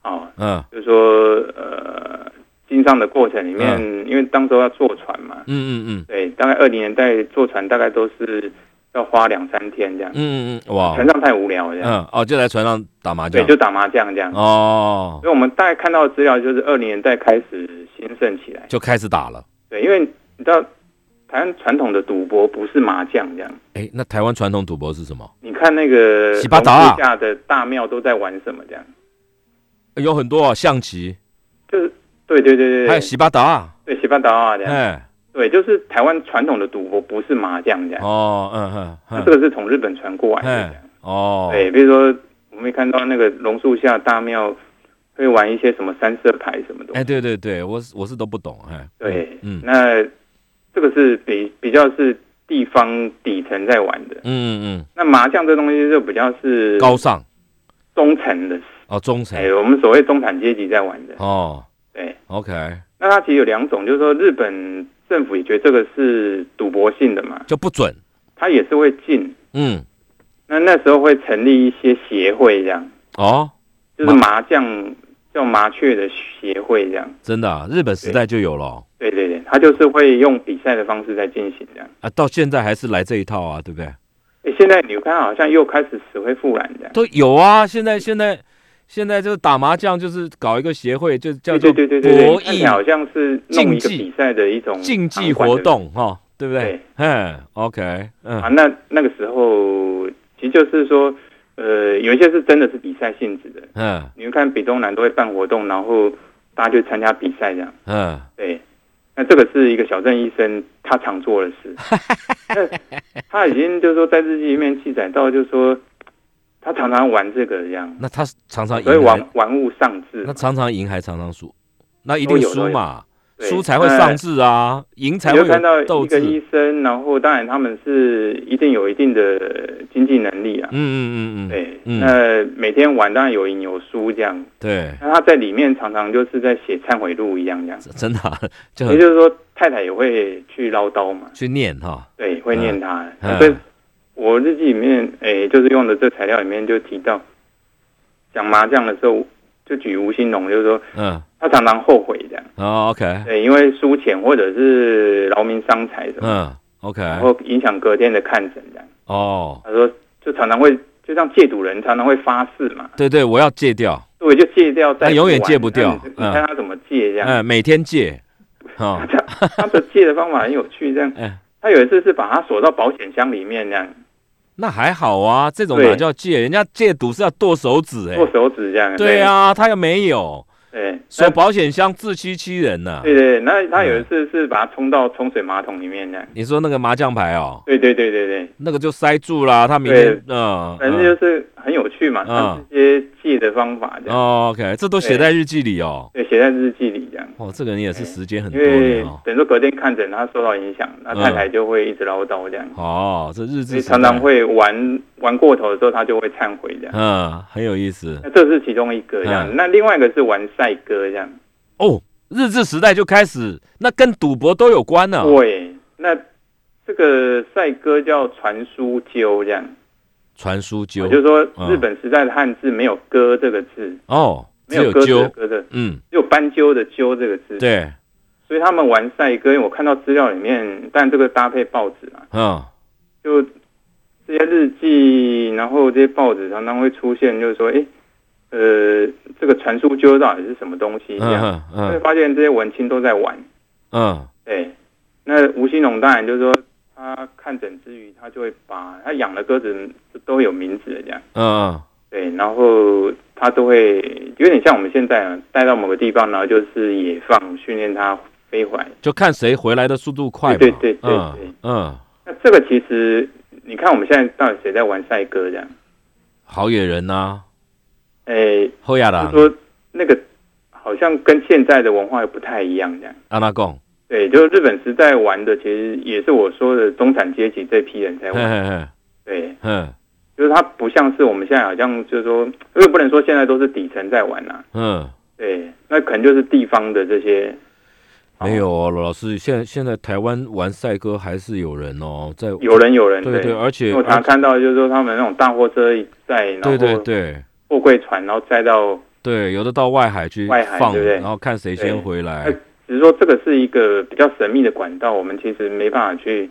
Speaker 3: 哦，
Speaker 2: 嗯
Speaker 3: 就是说呃，经商的过程里面，因为当时候要坐船嘛，
Speaker 2: 嗯嗯嗯
Speaker 3: 对，大概二零年代坐船大概都是要花两三天这样，
Speaker 2: 嗯嗯嗯，哇
Speaker 3: 船，上太无聊了这样，
Speaker 2: 嗯哦，就在船上打麻
Speaker 3: 对，
Speaker 2: 将，
Speaker 3: 就打麻将这样。
Speaker 2: 哦，
Speaker 3: 所以我们大概看到的资料就是二零年代开始兴盛起来，
Speaker 2: 就开始打了，
Speaker 3: 对，因为你知道台湾传统的赌博不是麻将这样，
Speaker 2: 哎，那台湾传统赌博是什么？
Speaker 3: 你看那个
Speaker 2: 洗八达啊
Speaker 3: 龙之下的大庙都在玩什么这样，
Speaker 2: 有很多啊，象棋，
Speaker 3: 就是对对对对
Speaker 2: 还有
Speaker 3: 对，
Speaker 2: 洗巴达，
Speaker 3: 对洗八达啊这样，
Speaker 2: 哎，
Speaker 3: 对，就是台湾传统的赌博不是麻将这样，
Speaker 2: 哦，嗯
Speaker 3: 那
Speaker 2: 嗯
Speaker 3: 这
Speaker 2: 嗯，
Speaker 3: 个是从日本传过来的这样
Speaker 2: 哎。，哦，
Speaker 3: 对，比如说我们也看到那个榕树下大庙会玩一些什么三色牌什么的。
Speaker 2: 哎，对对对，我是我是都不懂，哎，
Speaker 3: 对，
Speaker 2: 嗯嗯
Speaker 3: 那这个是比比较是地方底层在玩的。
Speaker 2: 嗯
Speaker 3: 那麻将这东西就比较是
Speaker 2: 嗯，高尚
Speaker 3: 中层的，
Speaker 2: 哦，忠诚
Speaker 3: 哎、我们所谓中产阶级在玩的。
Speaker 2: 哦
Speaker 3: 对，
Speaker 2: ，OK，
Speaker 3: 那它其实有两种，就是说日本政府也觉得这个是赌博性的嘛，
Speaker 2: 就不准，
Speaker 3: 它也是会禁。
Speaker 2: 嗯，
Speaker 3: 那那时候会成立一些协会，这样
Speaker 2: 哦。
Speaker 3: 就是麻将叫麻雀的协会这样。
Speaker 2: 真的啊、日本时代就有了哦
Speaker 3: 对对对，他就是会用比赛的方式在进行这样。
Speaker 2: 啊，到现在还是来这一套啊，对不对？
Speaker 3: 诶，现在你看好像又开始死灰复燃这样。
Speaker 2: 都有啊，现在现在现在就是打麻将，就是搞一个协会，就叫
Speaker 3: 对
Speaker 2: 做
Speaker 3: 对对对对对，
Speaker 2: 博
Speaker 3: 看起来好
Speaker 2: 弈
Speaker 3: 像是弄一
Speaker 2: 竞
Speaker 3: 个
Speaker 2: 技
Speaker 3: 比赛的一种
Speaker 2: 竞技活动哈、哦，对不对
Speaker 3: 对？
Speaker 2: 嗯，OK，
Speaker 3: 啊。
Speaker 2: 嗯，
Speaker 3: 那那个时候其实就是说，呃，有一些是真的是比赛性质的。
Speaker 2: 嗯
Speaker 3: 你们看北中南都会办活动，然后大家就参加比赛这样。
Speaker 2: 嗯，
Speaker 3: 对，那这个是一个小镇医生他常做的 事。那他已经就是说在日记里面记载到，就是说他常常玩这个这样。
Speaker 2: 那他常常赢
Speaker 3: 所以玩
Speaker 2: 还，
Speaker 3: 玩物丧志
Speaker 2: 那
Speaker 3: 嘛，
Speaker 2: 常常赢还常常输，那一
Speaker 3: 都
Speaker 2: 定
Speaker 3: 有
Speaker 2: 输嘛，
Speaker 3: 对
Speaker 2: 书才会
Speaker 3: 那
Speaker 2: 上市啊，银才
Speaker 3: 你
Speaker 2: 会
Speaker 3: 就看到
Speaker 2: 有斗
Speaker 3: 一
Speaker 2: 志。嗯
Speaker 3: 个医生，然后当然他们是一定有一定的经济能力啊。
Speaker 2: 嗯嗯嗯，
Speaker 3: 对，
Speaker 2: 嗯
Speaker 3: 那每天玩当然有赢有输这样。
Speaker 2: 对，
Speaker 3: 那他在里面常常就是在写忏悔录一样这样，
Speaker 2: 真的啊就
Speaker 3: 也
Speaker 2: 很
Speaker 3: 就是说太太也会去唠叨嘛，
Speaker 2: 去念哈，
Speaker 3: 对，会念他。
Speaker 2: 嗯
Speaker 3: 所以我日记里面，诶、就是用的这材料里面就提到，讲麻将的时候就举吴兴龙，就是说
Speaker 2: 嗯，
Speaker 3: 他常常后悔这样，
Speaker 2: 哦，OK，
Speaker 3: 对，因为输钱或者是劳民伤财什么的。
Speaker 2: 嗯，OK，
Speaker 3: 然后影响隔天的看诊这样。
Speaker 2: 哦，
Speaker 3: 他说，就常常会就像戒赌人常常会发誓嘛，
Speaker 2: 对对，我要戒掉，
Speaker 3: 对，就戒掉再
Speaker 2: 那永远
Speaker 3: 玩
Speaker 2: 戒不掉
Speaker 3: 那你
Speaker 2: 嗯
Speaker 3: 你看他怎么戒这样。
Speaker 2: 哎，每天戒，哦，
Speaker 3: 他他的戒的方法很有趣，这样
Speaker 2: 哎，
Speaker 3: 他有一次是把它锁到保险箱里面，这样
Speaker 2: 那还好啊，这种
Speaker 3: 对
Speaker 2: 哪叫戒？人家戒毒是要剁手指哎、
Speaker 3: 做手指这样。
Speaker 2: 对，啊，他又没有，
Speaker 3: 对，那
Speaker 2: 说保险箱自欺欺人啊呐、
Speaker 3: 对对，对那他有一次是把它冲到冲水马桶里面这样。
Speaker 2: 你说那个麻将牌哦，
Speaker 3: 对对对对对，
Speaker 2: 那个就塞住啦，他明天嗯，
Speaker 3: 反正就是很有趣嘛，他
Speaker 2: 嗯
Speaker 3: 这些戒的方法这
Speaker 2: 嗯
Speaker 3: 样，
Speaker 2: 哦，OK，这都写在日记里哦。
Speaker 3: 对，写在日记里这样。
Speaker 2: 哦，这个你也是时间很
Speaker 3: 哎因
Speaker 2: 多
Speaker 3: 为
Speaker 2: 的哦。嗯
Speaker 3: 等于说隔天看诊，他受到影响，那太太就会一直唠叨这样，
Speaker 2: 哦，这日
Speaker 3: 所
Speaker 2: 志
Speaker 3: 以
Speaker 2: 时代
Speaker 3: 常常会玩玩过头的时候，他就会忏悔这样。
Speaker 2: 嗯，很有意思
Speaker 3: 那这是其中一个这样，
Speaker 2: 嗯
Speaker 3: 那另外一个是玩赛鸽这样。
Speaker 2: 哦。日治时代就开始，那跟赌博都有关呢、
Speaker 3: 对，那这个赛鸽叫传书鸠这样，
Speaker 2: 传输
Speaker 3: 也
Speaker 2: 鸠
Speaker 3: 就是说
Speaker 2: 嗯
Speaker 3: 日本时代的汉字没有鸽这个字，
Speaker 2: 哦，
Speaker 3: 没
Speaker 2: 只
Speaker 3: 有
Speaker 2: 有
Speaker 3: 鸽子的
Speaker 2: 鸠，
Speaker 3: 鸽的，
Speaker 2: 嗯，
Speaker 3: 只有斑鸠的鸠这个字。，
Speaker 2: 对，
Speaker 3: 所以他们玩赛鸽，因为我看到资料里面，但这个搭配报纸啊，
Speaker 2: 嗯，
Speaker 3: 就这些日记，然后这些报纸常常会出现，就是说，哎，呃，这个传书鸠到底是什么东西？这样，
Speaker 2: 嗯嗯
Speaker 3: 会
Speaker 2: 嗯
Speaker 3: 发现这些文青都在玩。
Speaker 2: 嗯，
Speaker 3: 对，那吴兴龙当然就是说，他看诊之余，他就会把他养的鸽子都有名字的这样。
Speaker 2: 嗯嗯
Speaker 3: 对，然后他都会有点像我们现在啊，带到某个地方，然后就是野放训练它飞回来。
Speaker 2: 就看谁回来的速度快嘛。
Speaker 3: 对对对对对
Speaker 2: 嗯嗯，
Speaker 3: 那这个其实，你看我们现在到底谁在玩赛鸽这样？
Speaker 2: 好野人呐、
Speaker 3: 诶，
Speaker 2: 后亚
Speaker 3: 就
Speaker 2: 郎
Speaker 3: 是说那个好像跟现在的文化又不太一样这样。
Speaker 2: 阿拉贡，
Speaker 3: 对，就是日本时代玩的，其实也是我说的中产阶级这批人在
Speaker 2: 嘿
Speaker 3: 玩。
Speaker 2: 嘿嘿，
Speaker 3: 对，
Speaker 2: 嗯
Speaker 3: 就是它不像是我们现在好像就是说，因为不能说现在都是底层在玩啦、啊
Speaker 2: 嗯，
Speaker 3: 对，那可能就是地方的这些。
Speaker 2: 没有哦，罗老师，现在现在台湾玩赛鸽还是有人哦，在
Speaker 3: 有人有人
Speaker 2: 对对，而且
Speaker 3: 因为我常常
Speaker 2: 而
Speaker 3: 看到就是说他们那种大货车一载，然
Speaker 2: 对对
Speaker 3: 后
Speaker 2: 对
Speaker 3: 货柜船，然后载到，
Speaker 2: 对，有的到外海去
Speaker 3: 外海
Speaker 2: 放，
Speaker 3: 对不对
Speaker 2: 然后看谁先
Speaker 3: 对
Speaker 2: 回来
Speaker 3: 哎。只是说这个是一个比较神秘的管道，我们其实没办法去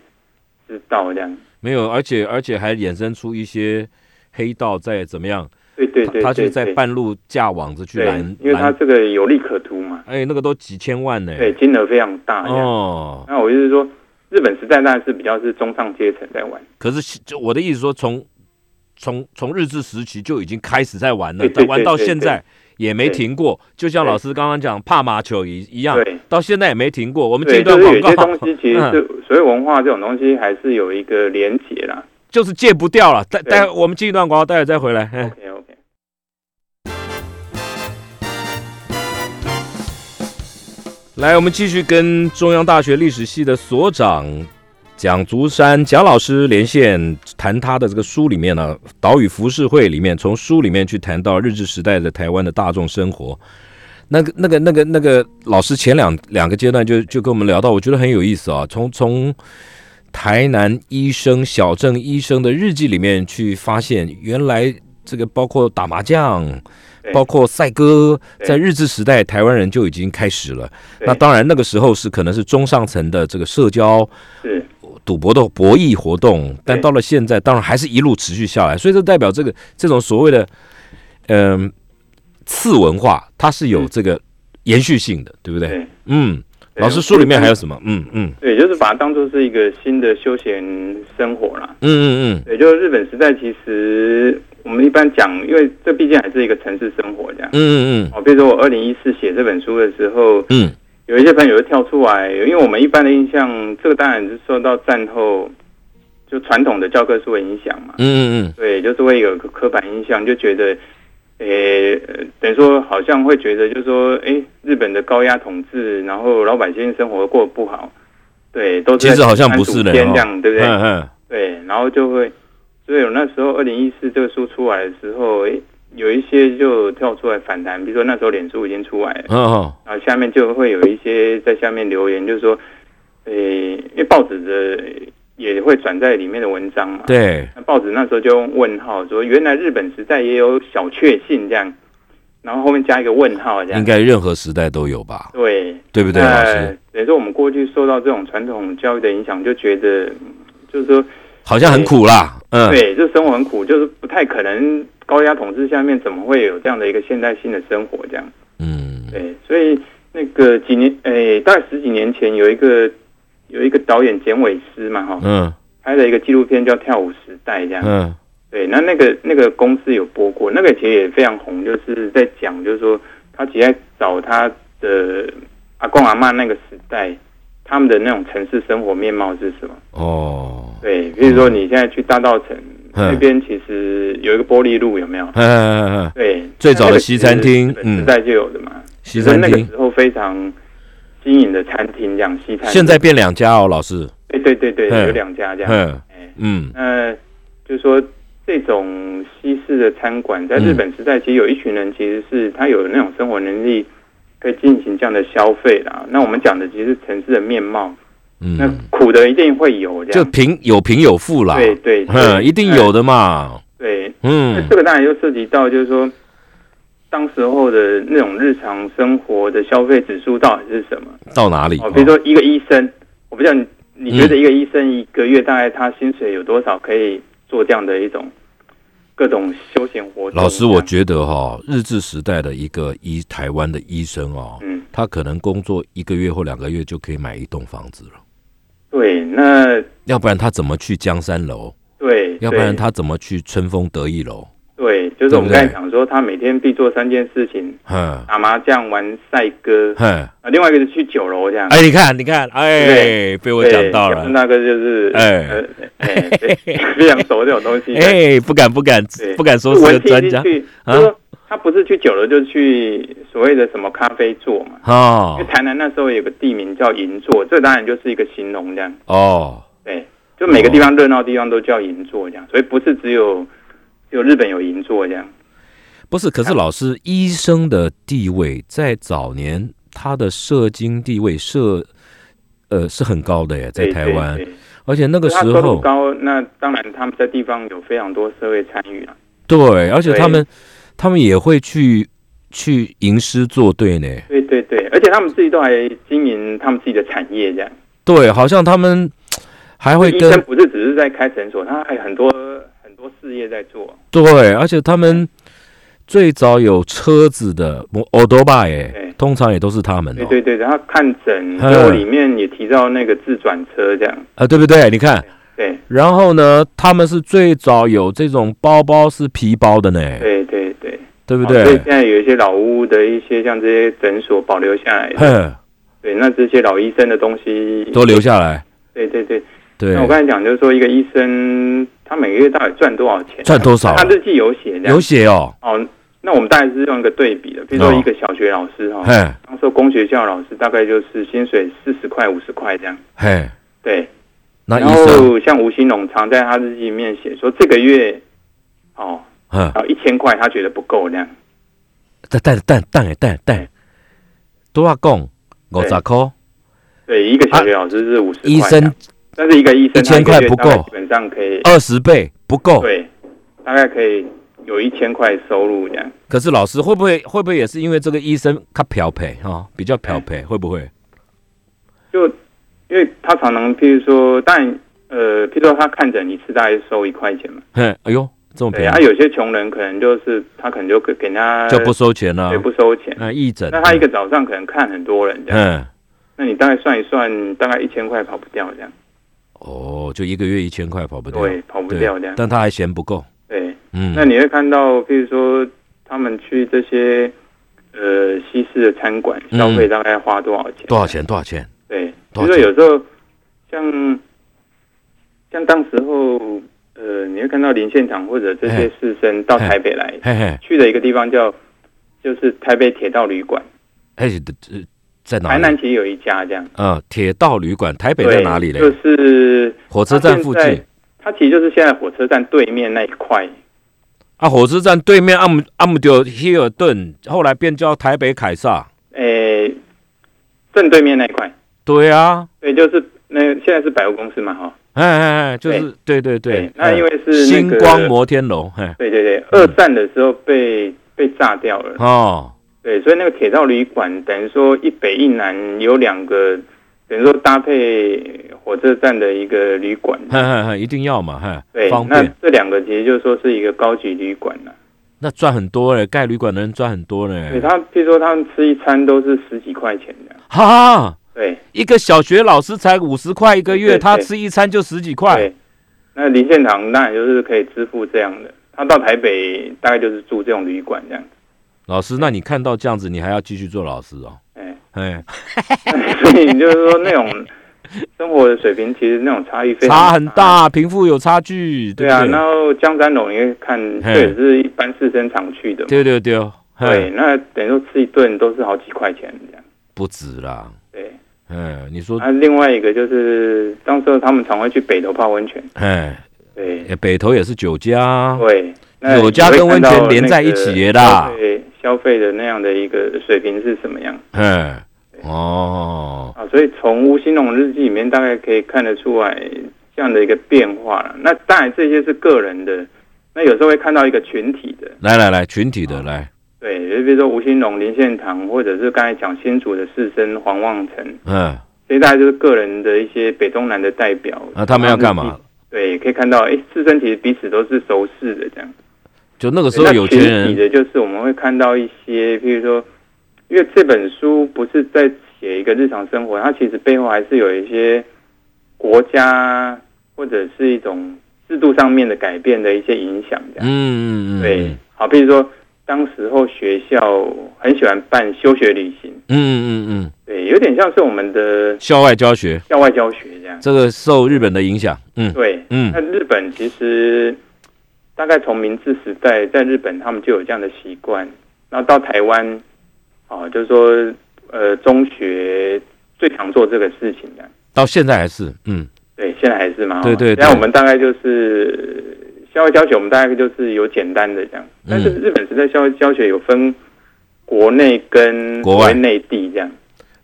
Speaker 3: 知道这样。
Speaker 2: 没有，而且而且还衍生出一些黑道在怎么样，
Speaker 3: 对对
Speaker 2: 他
Speaker 3: 对，
Speaker 2: 他就
Speaker 3: 对
Speaker 2: 在
Speaker 3: 对
Speaker 2: 半路架网子去
Speaker 3: 对
Speaker 2: 拦
Speaker 3: 因为他
Speaker 2: 拦，
Speaker 3: 这个有利可图嘛，
Speaker 2: 哎，那个都几千万呢。
Speaker 3: 对，金额非常大这样。
Speaker 2: 哦，
Speaker 3: 那我就是说，日本时代当然是比较是中上阶层在玩，
Speaker 2: 可是就我的意思说，从从从日治时期就已经开始在玩了，
Speaker 3: 对对
Speaker 2: 但玩到
Speaker 3: 对对
Speaker 2: 现在也没停过。就像
Speaker 3: 对
Speaker 2: 老师刚刚讲帕马球一一样，
Speaker 3: 对。
Speaker 2: 到现在也没停过。我们这
Speaker 3: 对，
Speaker 2: 一
Speaker 3: 就
Speaker 2: 段
Speaker 3: 是有
Speaker 2: 广
Speaker 3: 些
Speaker 2: 告嗯
Speaker 3: 东西其实是所谓文化这种东西，还是有一个连结啦。
Speaker 2: 就是戒不掉了。待
Speaker 3: 对
Speaker 2: 待，我们进一段广告，待会再回来。嘿
Speaker 3: OK OK。
Speaker 2: 来，我们继续跟中央大学历史系的所长蒋竹山蒋老师连线，谈他的这个书里面呢，《岛屿浮世绘》里面，从书里面去谈到日治时代的台湾的大众生活。那个、那个、那个、那个老师前两两个阶段就就跟我们聊到，我觉得很有意思啊。从从台南医生小郑医生的日记里面去发现，原来这个包括打麻将，
Speaker 3: 对
Speaker 2: 包括赛鸽，
Speaker 3: 对
Speaker 2: 在日治时代台湾人就已经开始了。
Speaker 3: 对
Speaker 2: 那当然，那个时候是可能是中上层的这个社交
Speaker 3: 是
Speaker 2: 赌博的博弈活动，但到了现在，当然还是一路持续下来。所以这代表这个这种所谓的嗯、次文化，它是有
Speaker 3: 嗯
Speaker 2: 这个延续性的，对不对？
Speaker 3: 对。
Speaker 2: 嗯，
Speaker 3: 对
Speaker 2: 老师书里面还有什么？嗯嗯
Speaker 3: 对，就是把它当做是一个新的休闲生活啦。
Speaker 2: 嗯嗯嗯，
Speaker 3: 对，就是日本时代，其实我们一般讲，因为这毕竟还是一个城市生活这样。
Speaker 2: 嗯嗯
Speaker 3: 哦，比如说我二零一四写这本书的时候，
Speaker 2: 嗯
Speaker 3: 有一些朋友就跳出来，因为我们一般的印象，这个当然是受到战后就传统的教科书的影响嘛。
Speaker 2: 嗯嗯嗯
Speaker 3: 对，就是会有一个刻板印象，就觉得诶、呃等于说好像会觉得就是说，诶、日本的高压统治，然后老百姓生活过得不好，对，都是
Speaker 2: 其
Speaker 3: 在
Speaker 2: 实好像不是
Speaker 3: 这
Speaker 2: 人哦
Speaker 3: 样，对不对？
Speaker 2: 嗯嗯，
Speaker 3: 对，然后就会，所以我那时候二零一四这个书出来的时候，诶有一些就跳出来反弹，比如说那时候脸书已经出来了，
Speaker 2: 嗯嗯，
Speaker 3: 然后下面就会有一些在下面留言，就是说，诶、因为报纸的也会转载里面的文章嘛，
Speaker 2: 对，
Speaker 3: 那报纸那时候就用问号说，原来日本时代也有小确幸这样，然后后面加一个问号这
Speaker 2: 应
Speaker 3: 样。哎
Speaker 2: 该任何时代都有吧，
Speaker 3: 对，
Speaker 2: 对不对，老
Speaker 3: 那
Speaker 2: 师？
Speaker 3: 等于说我们过去受到这种传统教育的影响，就觉得嗯就是说，
Speaker 2: 好像很苦啦，嗯，
Speaker 3: 对，这生活很苦，就是不太可能高压统治下面怎么会有这样的一个现代性的生活这样。
Speaker 2: 嗯，
Speaker 3: 对，所以那个几年，诶、大概十几年前有一个有一个导演简伟师嘛，哈，
Speaker 2: 嗯
Speaker 3: 拍了一个纪录片叫《跳舞时代》这样。
Speaker 2: 嗯
Speaker 3: 对，那那个那个公司有播过，那个其实也非常红，就是在讲，就是说他其实在找他的阿公阿嬷那个时代，他们的那种城市生活面貌是什么？
Speaker 2: 哦，
Speaker 3: 对，比如说你现在去大道城
Speaker 2: 嗯
Speaker 3: 那边，其实有一个玻璃路，有没有？
Speaker 2: 嗯嗯嗯，
Speaker 3: 对，
Speaker 2: 最早的西餐厅嗯
Speaker 3: 那个其实日本时代就有的嘛，
Speaker 2: 西餐
Speaker 3: 就是那个
Speaker 2: 厅
Speaker 3: 时候非常新颖的餐厅，这样西餐厅。
Speaker 2: 现在变两家哦，老师，
Speaker 3: 对对对对，
Speaker 2: 嗯
Speaker 3: 有两家这样。
Speaker 2: 嗯
Speaker 3: 哎
Speaker 2: 嗯
Speaker 3: 那就是说这种西式的餐馆，
Speaker 2: 嗯
Speaker 3: 在日本时代，其实有一群人其实是他有那种生活能力，可以进行这样的消费啦。那我们讲的其实是城市的面貌，那
Speaker 2: 嗯，
Speaker 3: 苦的一定会有这
Speaker 2: 就
Speaker 3: 样。
Speaker 2: 贫有贫有富啦，
Speaker 3: 对对，
Speaker 2: 嗯，
Speaker 3: 对哎
Speaker 2: 一定有的嘛，
Speaker 3: 对。那
Speaker 2: 嗯
Speaker 3: 这个当然就涉及到，就是说，当时候的那种日常生活的消费指数到底是什么？
Speaker 2: 到哪里？
Speaker 3: 哦，比如说一个医生，我不知道你
Speaker 2: 嗯
Speaker 3: 你觉得一个医生一个月大概他薪水有多少可以做这样的一种各种休闲活动？
Speaker 2: 老师，
Speaker 3: 这样
Speaker 2: 我觉得哈、日治时代的一个医台湾的医生哦，
Speaker 3: 嗯，
Speaker 2: 他可能工作一个月或两个月就可以买一栋房子了，
Speaker 3: 对，那
Speaker 2: 要不然他怎么去江山楼？
Speaker 3: 对，
Speaker 2: 要不然
Speaker 3: 对
Speaker 2: 他怎么去春风得意楼？
Speaker 3: 对，就是我们
Speaker 2: 对不对
Speaker 3: 刚才讲说，他每天必做三件事情：
Speaker 2: 哼
Speaker 3: 打麻将、玩赛鸽，
Speaker 2: 哼，
Speaker 3: 啊，另外一个是去酒楼这样。
Speaker 2: 哎，你看，你看，哎，
Speaker 3: 对
Speaker 2: 被我
Speaker 3: 对，
Speaker 2: 讲到
Speaker 3: 小
Speaker 2: 了
Speaker 3: 春，大哥就是
Speaker 2: 哎
Speaker 3: 呃哎，非 非常熟这种东 西。
Speaker 2: 哎，不敢不敢
Speaker 3: 对，
Speaker 2: 不敢说
Speaker 3: 就是文
Speaker 2: 个
Speaker 3: 青
Speaker 2: 专家
Speaker 3: 进去
Speaker 2: 啊
Speaker 3: 就是说他不是去酒楼，就是去所谓的什么咖啡座嘛。
Speaker 2: 哦
Speaker 3: 因为台南那时候有个地名叫银座，这当然就是一个形容这样。
Speaker 2: 哦，
Speaker 3: 对，就每个地方热闹的地方都叫银座这样，所以不是只有只有日本有银座这样。
Speaker 2: 不是，可是老师，医生的地位在早年他的社经地位社。呃，是很高的耶，在
Speaker 3: 对
Speaker 2: 台湾，
Speaker 3: 对对
Speaker 2: 而且那个
Speaker 3: 他
Speaker 2: 时
Speaker 3: 收入
Speaker 2: 候，
Speaker 3: 高，那当然他们在地方有非常多社会参与啊。
Speaker 2: 对，而且
Speaker 3: 对
Speaker 2: 他们他们也会去去吟诗作对呢。
Speaker 3: 对对对，而且他们自己都还经营他们自己的产业这样。
Speaker 2: 对，好像他们还会
Speaker 3: 医生
Speaker 2: 跟
Speaker 3: 不是只是在开诊所，他还有很多很多事业在做。
Speaker 2: 对，而且他们最早有车子的摩欧多巴耶
Speaker 3: 对，
Speaker 2: 通常也都是他们
Speaker 3: 对
Speaker 2: 哦，
Speaker 3: 对对，然后看
Speaker 2: 嗯
Speaker 3: 诊，然后里面也提到那个自转车这样。
Speaker 2: 啊，对不对？你看，
Speaker 3: 对
Speaker 2: 然后呢，他们是最早有这种包包是皮包的呢，
Speaker 3: 对对对。
Speaker 2: 对不
Speaker 3: 哦所以
Speaker 2: 对
Speaker 3: 现？在有一些老屋的一些像这些诊所保留下来的，
Speaker 2: 哼，
Speaker 3: 对，那这些老医生的东西
Speaker 2: 嗯都留下来，
Speaker 3: 对对对。
Speaker 2: 对
Speaker 3: 那，我刚才讲就是说，一个医生他每个月到底赚多少钱？
Speaker 2: 赚多少
Speaker 3: 他日记有写的。
Speaker 2: 有写哦，
Speaker 3: 哦，那我们大概是用一个对比的，比如说一个小学老师哈、哦，
Speaker 2: 嘿，
Speaker 3: 当时候工学校老师大概就是薪水四十块五十块这样。
Speaker 2: 嘿，
Speaker 3: 对，
Speaker 2: 那
Speaker 3: 然
Speaker 2: 啊医生，
Speaker 3: 后像吴兴农常在他日记里面写说，这个月哦，
Speaker 2: 嗯，
Speaker 3: 然后一千块他觉得不够这样。
Speaker 2: 但但但但但但，多少讲五十
Speaker 3: 对
Speaker 2: 块，
Speaker 3: 对，一个小学老师是五十块这
Speaker 2: 啊医
Speaker 3: 样、
Speaker 2: 生
Speaker 3: 但是一个医生
Speaker 2: 1000块不够哦
Speaker 3: 他一个月大概基本上可以
Speaker 2: 二十倍不够。
Speaker 3: 对，大概可以有一千块收入这样。
Speaker 2: 可是老师会不会会不会也是因为这个医生他漂培哈、哦比较漂
Speaker 3: 嗯
Speaker 2: 培，会不会？
Speaker 3: 就因为他常常，譬如说，但呃，譬如说他看诊一次大概收一块钱嘛，
Speaker 2: 哼，哎呦，这么
Speaker 3: 对
Speaker 2: 便
Speaker 3: 啊，
Speaker 2: 宜
Speaker 3: 有些穷人可能就是他可能就给给他
Speaker 2: 就不啊收钱了、
Speaker 3: 对不收钱。
Speaker 2: 那义诊，
Speaker 3: 那他一个早上可能看很多人这样，
Speaker 2: 嗯，
Speaker 3: 那你大概算一算，大概一千块跑不掉这样，
Speaker 2: 哦，就一个月一千块跑不掉，
Speaker 3: 对，跑不掉这样。
Speaker 2: 但他还嫌不够，
Speaker 3: 对，
Speaker 2: 嗯，
Speaker 3: 那你会看到，譬如说他们去这些呃西式的餐馆消费大概花多少钱？
Speaker 2: 嗯多少钱？多少钱？
Speaker 3: 对，
Speaker 2: 多
Speaker 3: 就
Speaker 2: 少
Speaker 3: 是
Speaker 2: 钱
Speaker 3: 有时候像像当时候呃，呃，你会看到林县长或者这些士绅到台北来，
Speaker 2: 嘿嘿，
Speaker 3: 去的一个地方叫就是台北铁道旅馆，
Speaker 2: 哎，呃在哪里？
Speaker 3: 台南其实有一家这样。
Speaker 2: 嗯，铁道旅馆，台北
Speaker 3: 对，
Speaker 2: 在哪里嘞？
Speaker 3: 就是
Speaker 2: 火车站附
Speaker 3: 它现
Speaker 2: 近
Speaker 3: 在。它其实就是现在火车站对面那一块。
Speaker 2: 啊，火车站对面阿姆阿姆丢希尔顿，后来变叫台北凯撒。
Speaker 3: 诶、正对面那一块，
Speaker 2: 对啊，
Speaker 3: 对，就是那现在是百货公司嘛，哈，
Speaker 2: 哎哎哎，就是对对对
Speaker 3: 对。那因为
Speaker 2: 哎
Speaker 3: 是那
Speaker 2: 星
Speaker 3: 个
Speaker 2: 光摩天楼，嘿，
Speaker 3: 对对对，
Speaker 2: 嗯
Speaker 3: 二战的时候被、被炸掉了，
Speaker 2: 哦，
Speaker 3: 对，所以那个铁道旅馆等于说一北一南有两个，等于说搭配火车站的一个旅馆，
Speaker 2: 嘿嘿嘿，一定要嘛，嘿，
Speaker 3: 对
Speaker 2: 方，
Speaker 3: 那
Speaker 2: 便。
Speaker 3: 这两个其实就是说是一个高级旅馆了，
Speaker 2: 那赚很多嘞，盖旅馆的人赚很多嘞
Speaker 3: 对，。他譬如说他们吃一餐都是十几块钱的，
Speaker 2: 哈，
Speaker 3: 对，
Speaker 2: 一个小学老师才五十块一个月，
Speaker 3: 对对
Speaker 2: 他吃一餐就十几块
Speaker 3: 对。，那林献堂当然就是可以支付这样的，他到台北大概就是住这种旅馆这样，
Speaker 2: 老师，那你看到这样子，你还要继续做老师哦？
Speaker 3: 哎，
Speaker 2: 哎，
Speaker 3: 所以就是说那种生活的水平其实那种差异非常
Speaker 2: 差很。大，贫富有差距，
Speaker 3: 啊对
Speaker 2: 不
Speaker 3: 啊，
Speaker 2: 对？
Speaker 3: 然后江山楼你会看，
Speaker 2: 嘿
Speaker 3: 这也是一般士绅常去的嘛。
Speaker 2: 对对对哦，
Speaker 3: 对，
Speaker 2: 嘿，
Speaker 3: 那等于说吃一顿都是好几块钱这样。
Speaker 2: 不止啦。
Speaker 3: 对，
Speaker 2: 嗯，你说
Speaker 3: 那、，另外一个就是，当时候他们常会去北头泡温泉。
Speaker 2: 哎，
Speaker 3: 对，
Speaker 2: 哎北投也是酒家啊，
Speaker 3: 对，那
Speaker 2: 有家跟温泉
Speaker 3: 你会看到
Speaker 2: 连在一起的啦
Speaker 3: 那个消费消费的那样的一个水平是什么样
Speaker 2: 哎，哦，
Speaker 3: 啊？所以从吴兴隆日记里面大概可以看得出来这样的一个变化了。那当然这些是个人的，那有时候会看到一个群体的。
Speaker 2: 来来来，群体
Speaker 3: 啊
Speaker 2: 的来，
Speaker 3: 对，就比如说吴兴隆、林献堂，或者是刚才讲新竹的士绅黄望成，
Speaker 2: 嗯，
Speaker 3: 这些大概就是个人的一些北中南的代表。
Speaker 2: 那啊他们要干
Speaker 3: 啊
Speaker 2: 嘛？？
Speaker 3: 对，可以看到，哎，士绅其实彼此都是熟识的这样。
Speaker 2: 就那个时
Speaker 3: 对
Speaker 2: 候
Speaker 3: 那
Speaker 2: 有钱
Speaker 3: 群体
Speaker 2: 人，
Speaker 3: 的就是我们会看到一些，譬如说，因为这本书不是在写一个日常生活，它其实背后还是有一些国家或者是一种制度上面的改变的一些影响，这样、
Speaker 2: 嗯嗯嗯，
Speaker 3: 对。好，譬如说，当时候学校很喜欢办休学旅行，
Speaker 2: 嗯嗯嗯嗯，
Speaker 3: 对，有点像是我们的
Speaker 2: 校外教学
Speaker 3: 校外教学这样。
Speaker 2: 这个受日本的影响，嗯
Speaker 3: 对，
Speaker 2: 嗯
Speaker 3: 那日本其实大概从明治时代，在日本他们就有这样的习惯。那到台湾，啊，就是说，呃，中学最常做这个事情的。
Speaker 2: 到现在还是，嗯，
Speaker 3: 对，现在还是嘛。哦
Speaker 2: 对对对
Speaker 3: 现在我们大概就是呃校外教学，我们大概就是有简单的这样。但是
Speaker 2: 嗯
Speaker 3: 日本时代校外教学有分国内跟
Speaker 2: 国外
Speaker 3: 内地这样，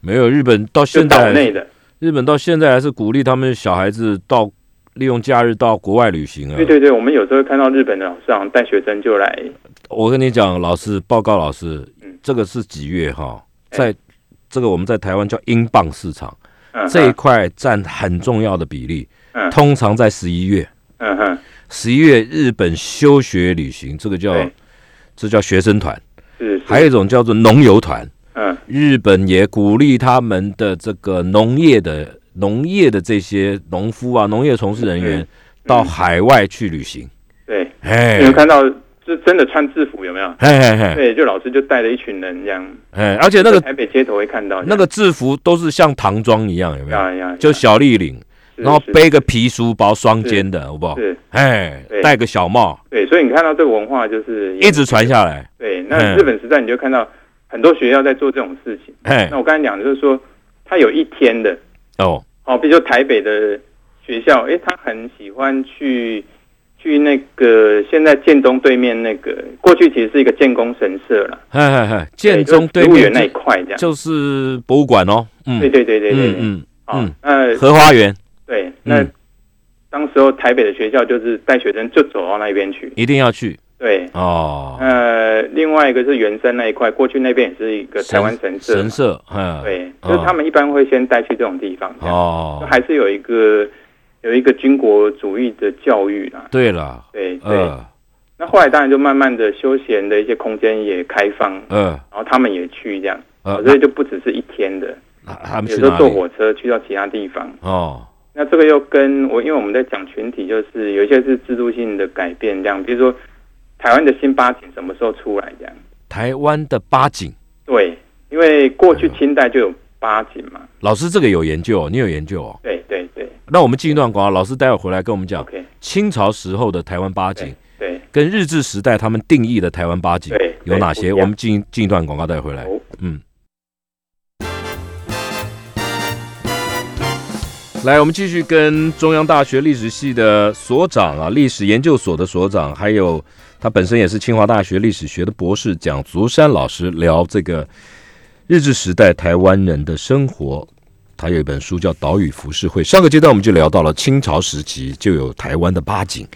Speaker 2: 没有日本到
Speaker 3: 就
Speaker 2: 现在
Speaker 3: 岛
Speaker 2: 还
Speaker 3: 内的。
Speaker 2: 日本到现在还是鼓励他们小孩子到利用假日到国外旅行啊。
Speaker 3: 对对对，我们有时候会看到日本的老师好像带学生就来，
Speaker 2: 我跟你讲，老师报告老师
Speaker 3: 嗯，
Speaker 2: 这个是几月哈？
Speaker 3: 哎
Speaker 2: 在这个我们在台湾叫英镑市场
Speaker 3: 嗯，
Speaker 2: 这一块占很重要的比例，
Speaker 3: 嗯
Speaker 2: 通常在十一月。
Speaker 3: 嗯哼，
Speaker 2: 十一月日本休学旅行，这个叫
Speaker 3: 对
Speaker 2: 这叫学生团，
Speaker 3: 是是，
Speaker 2: 还有一种叫做农游团。
Speaker 3: 嗯
Speaker 2: 日本也鼓励他们的这个农业的农业的这些农夫啊，农业从事人员
Speaker 3: 嗯
Speaker 2: 到海外去旅行。
Speaker 3: 对。
Speaker 2: 哎
Speaker 3: 你有看到就真的穿制服有没有？
Speaker 2: 嘿嘿嘿，
Speaker 3: 对，就老师就带了一群人这样，
Speaker 2: 哎，而且那个
Speaker 3: 在台北街头会看到这
Speaker 2: 那
Speaker 3: 样
Speaker 2: 个制服都是像唐装一样，有没有？
Speaker 3: 呀呀，
Speaker 2: 就
Speaker 3: 呀
Speaker 2: 小立领，
Speaker 3: 啊是
Speaker 2: 然后
Speaker 3: 是
Speaker 2: 背个皮书包，双肩的，好不好？
Speaker 3: 是，
Speaker 2: 哎，
Speaker 3: 对
Speaker 2: 戴个小帽，
Speaker 3: 对，所以你看到这个文化就是
Speaker 2: 一直传下来。嗯
Speaker 3: 对。那日本时代你就看到很多学校在做这种事情。
Speaker 2: 哎
Speaker 3: 那，我刚才讲的就是说，它有一天的，
Speaker 2: 哦，
Speaker 3: 哦，比如说台北的学校，诶，他很喜欢去去那个现在建中对面那个，过去其实是一个建工神社啦，
Speaker 2: 嘿嘿嘿，建中对
Speaker 3: 对就是植物
Speaker 2: 面
Speaker 3: 园那一
Speaker 2: 就
Speaker 3: 块这样。
Speaker 2: 就是博物馆哦。嗯，
Speaker 3: 对对对对哦对，对
Speaker 2: 嗯
Speaker 3: 好
Speaker 2: 嗯，
Speaker 3: 那
Speaker 2: 嗯，荷花园
Speaker 3: 对，那、
Speaker 2: 嗯
Speaker 3: 当时候台北的学校就是带学生就走到那边去。
Speaker 2: 一定要去
Speaker 3: 对，
Speaker 2: 哦。
Speaker 3: 呃，另外一个是原生那一块，过去那边也是一个台湾神社嘛。
Speaker 2: 神社，嗯，
Speaker 3: 对，
Speaker 2: 哦
Speaker 3: 就是他们一般会先带去这种地方。这样
Speaker 2: 哦
Speaker 3: 就。还是有一个有一个军国主义的教育啦。
Speaker 2: 对了，
Speaker 3: 对对，
Speaker 2: 呃
Speaker 3: 那后来当然就慢慢的休闲的一些空间也开放，
Speaker 2: 呃
Speaker 3: 然后他们也去这样，
Speaker 2: 呃，
Speaker 3: 所以就不只是一天的，
Speaker 2: 那他们
Speaker 3: 有
Speaker 2: 去
Speaker 3: 时候
Speaker 2: 哪
Speaker 3: 坐
Speaker 2: 里？
Speaker 3: 火车去到其他地方。
Speaker 2: 哦，
Speaker 3: 那这个又跟我，因为我们在讲群体，就是有一些是制度性的改变，这样，比如说台湾的新八景什么时候出来这样？
Speaker 2: 台湾的八景。
Speaker 3: 对，因为过去清代就有八景嘛。
Speaker 2: 老师这个有研究、哦，你有研究哦。
Speaker 3: 对对对
Speaker 2: 那我们进一段广告，老师待会儿回来跟我们讲
Speaker 3: ，OK，
Speaker 2: 清朝时候的台湾八景，
Speaker 3: 对
Speaker 2: 跟日治时代他们定义的台湾八景
Speaker 3: 对，
Speaker 2: 有哪些？
Speaker 3: 对不
Speaker 2: 我
Speaker 3: 一样
Speaker 2: 们进进一段广告带回来。
Speaker 3: 哦
Speaker 2: 嗯。来，我们继续跟中央大学历史系的所长啊，历史研究所的所长，还有他本身也是清华大学历史学的博士蒋竹山老师聊这个日治时代台湾人的生活。他有一本书叫《岛屿浮世绘》，上个阶段我们就聊到了清朝时期就有台湾的八景，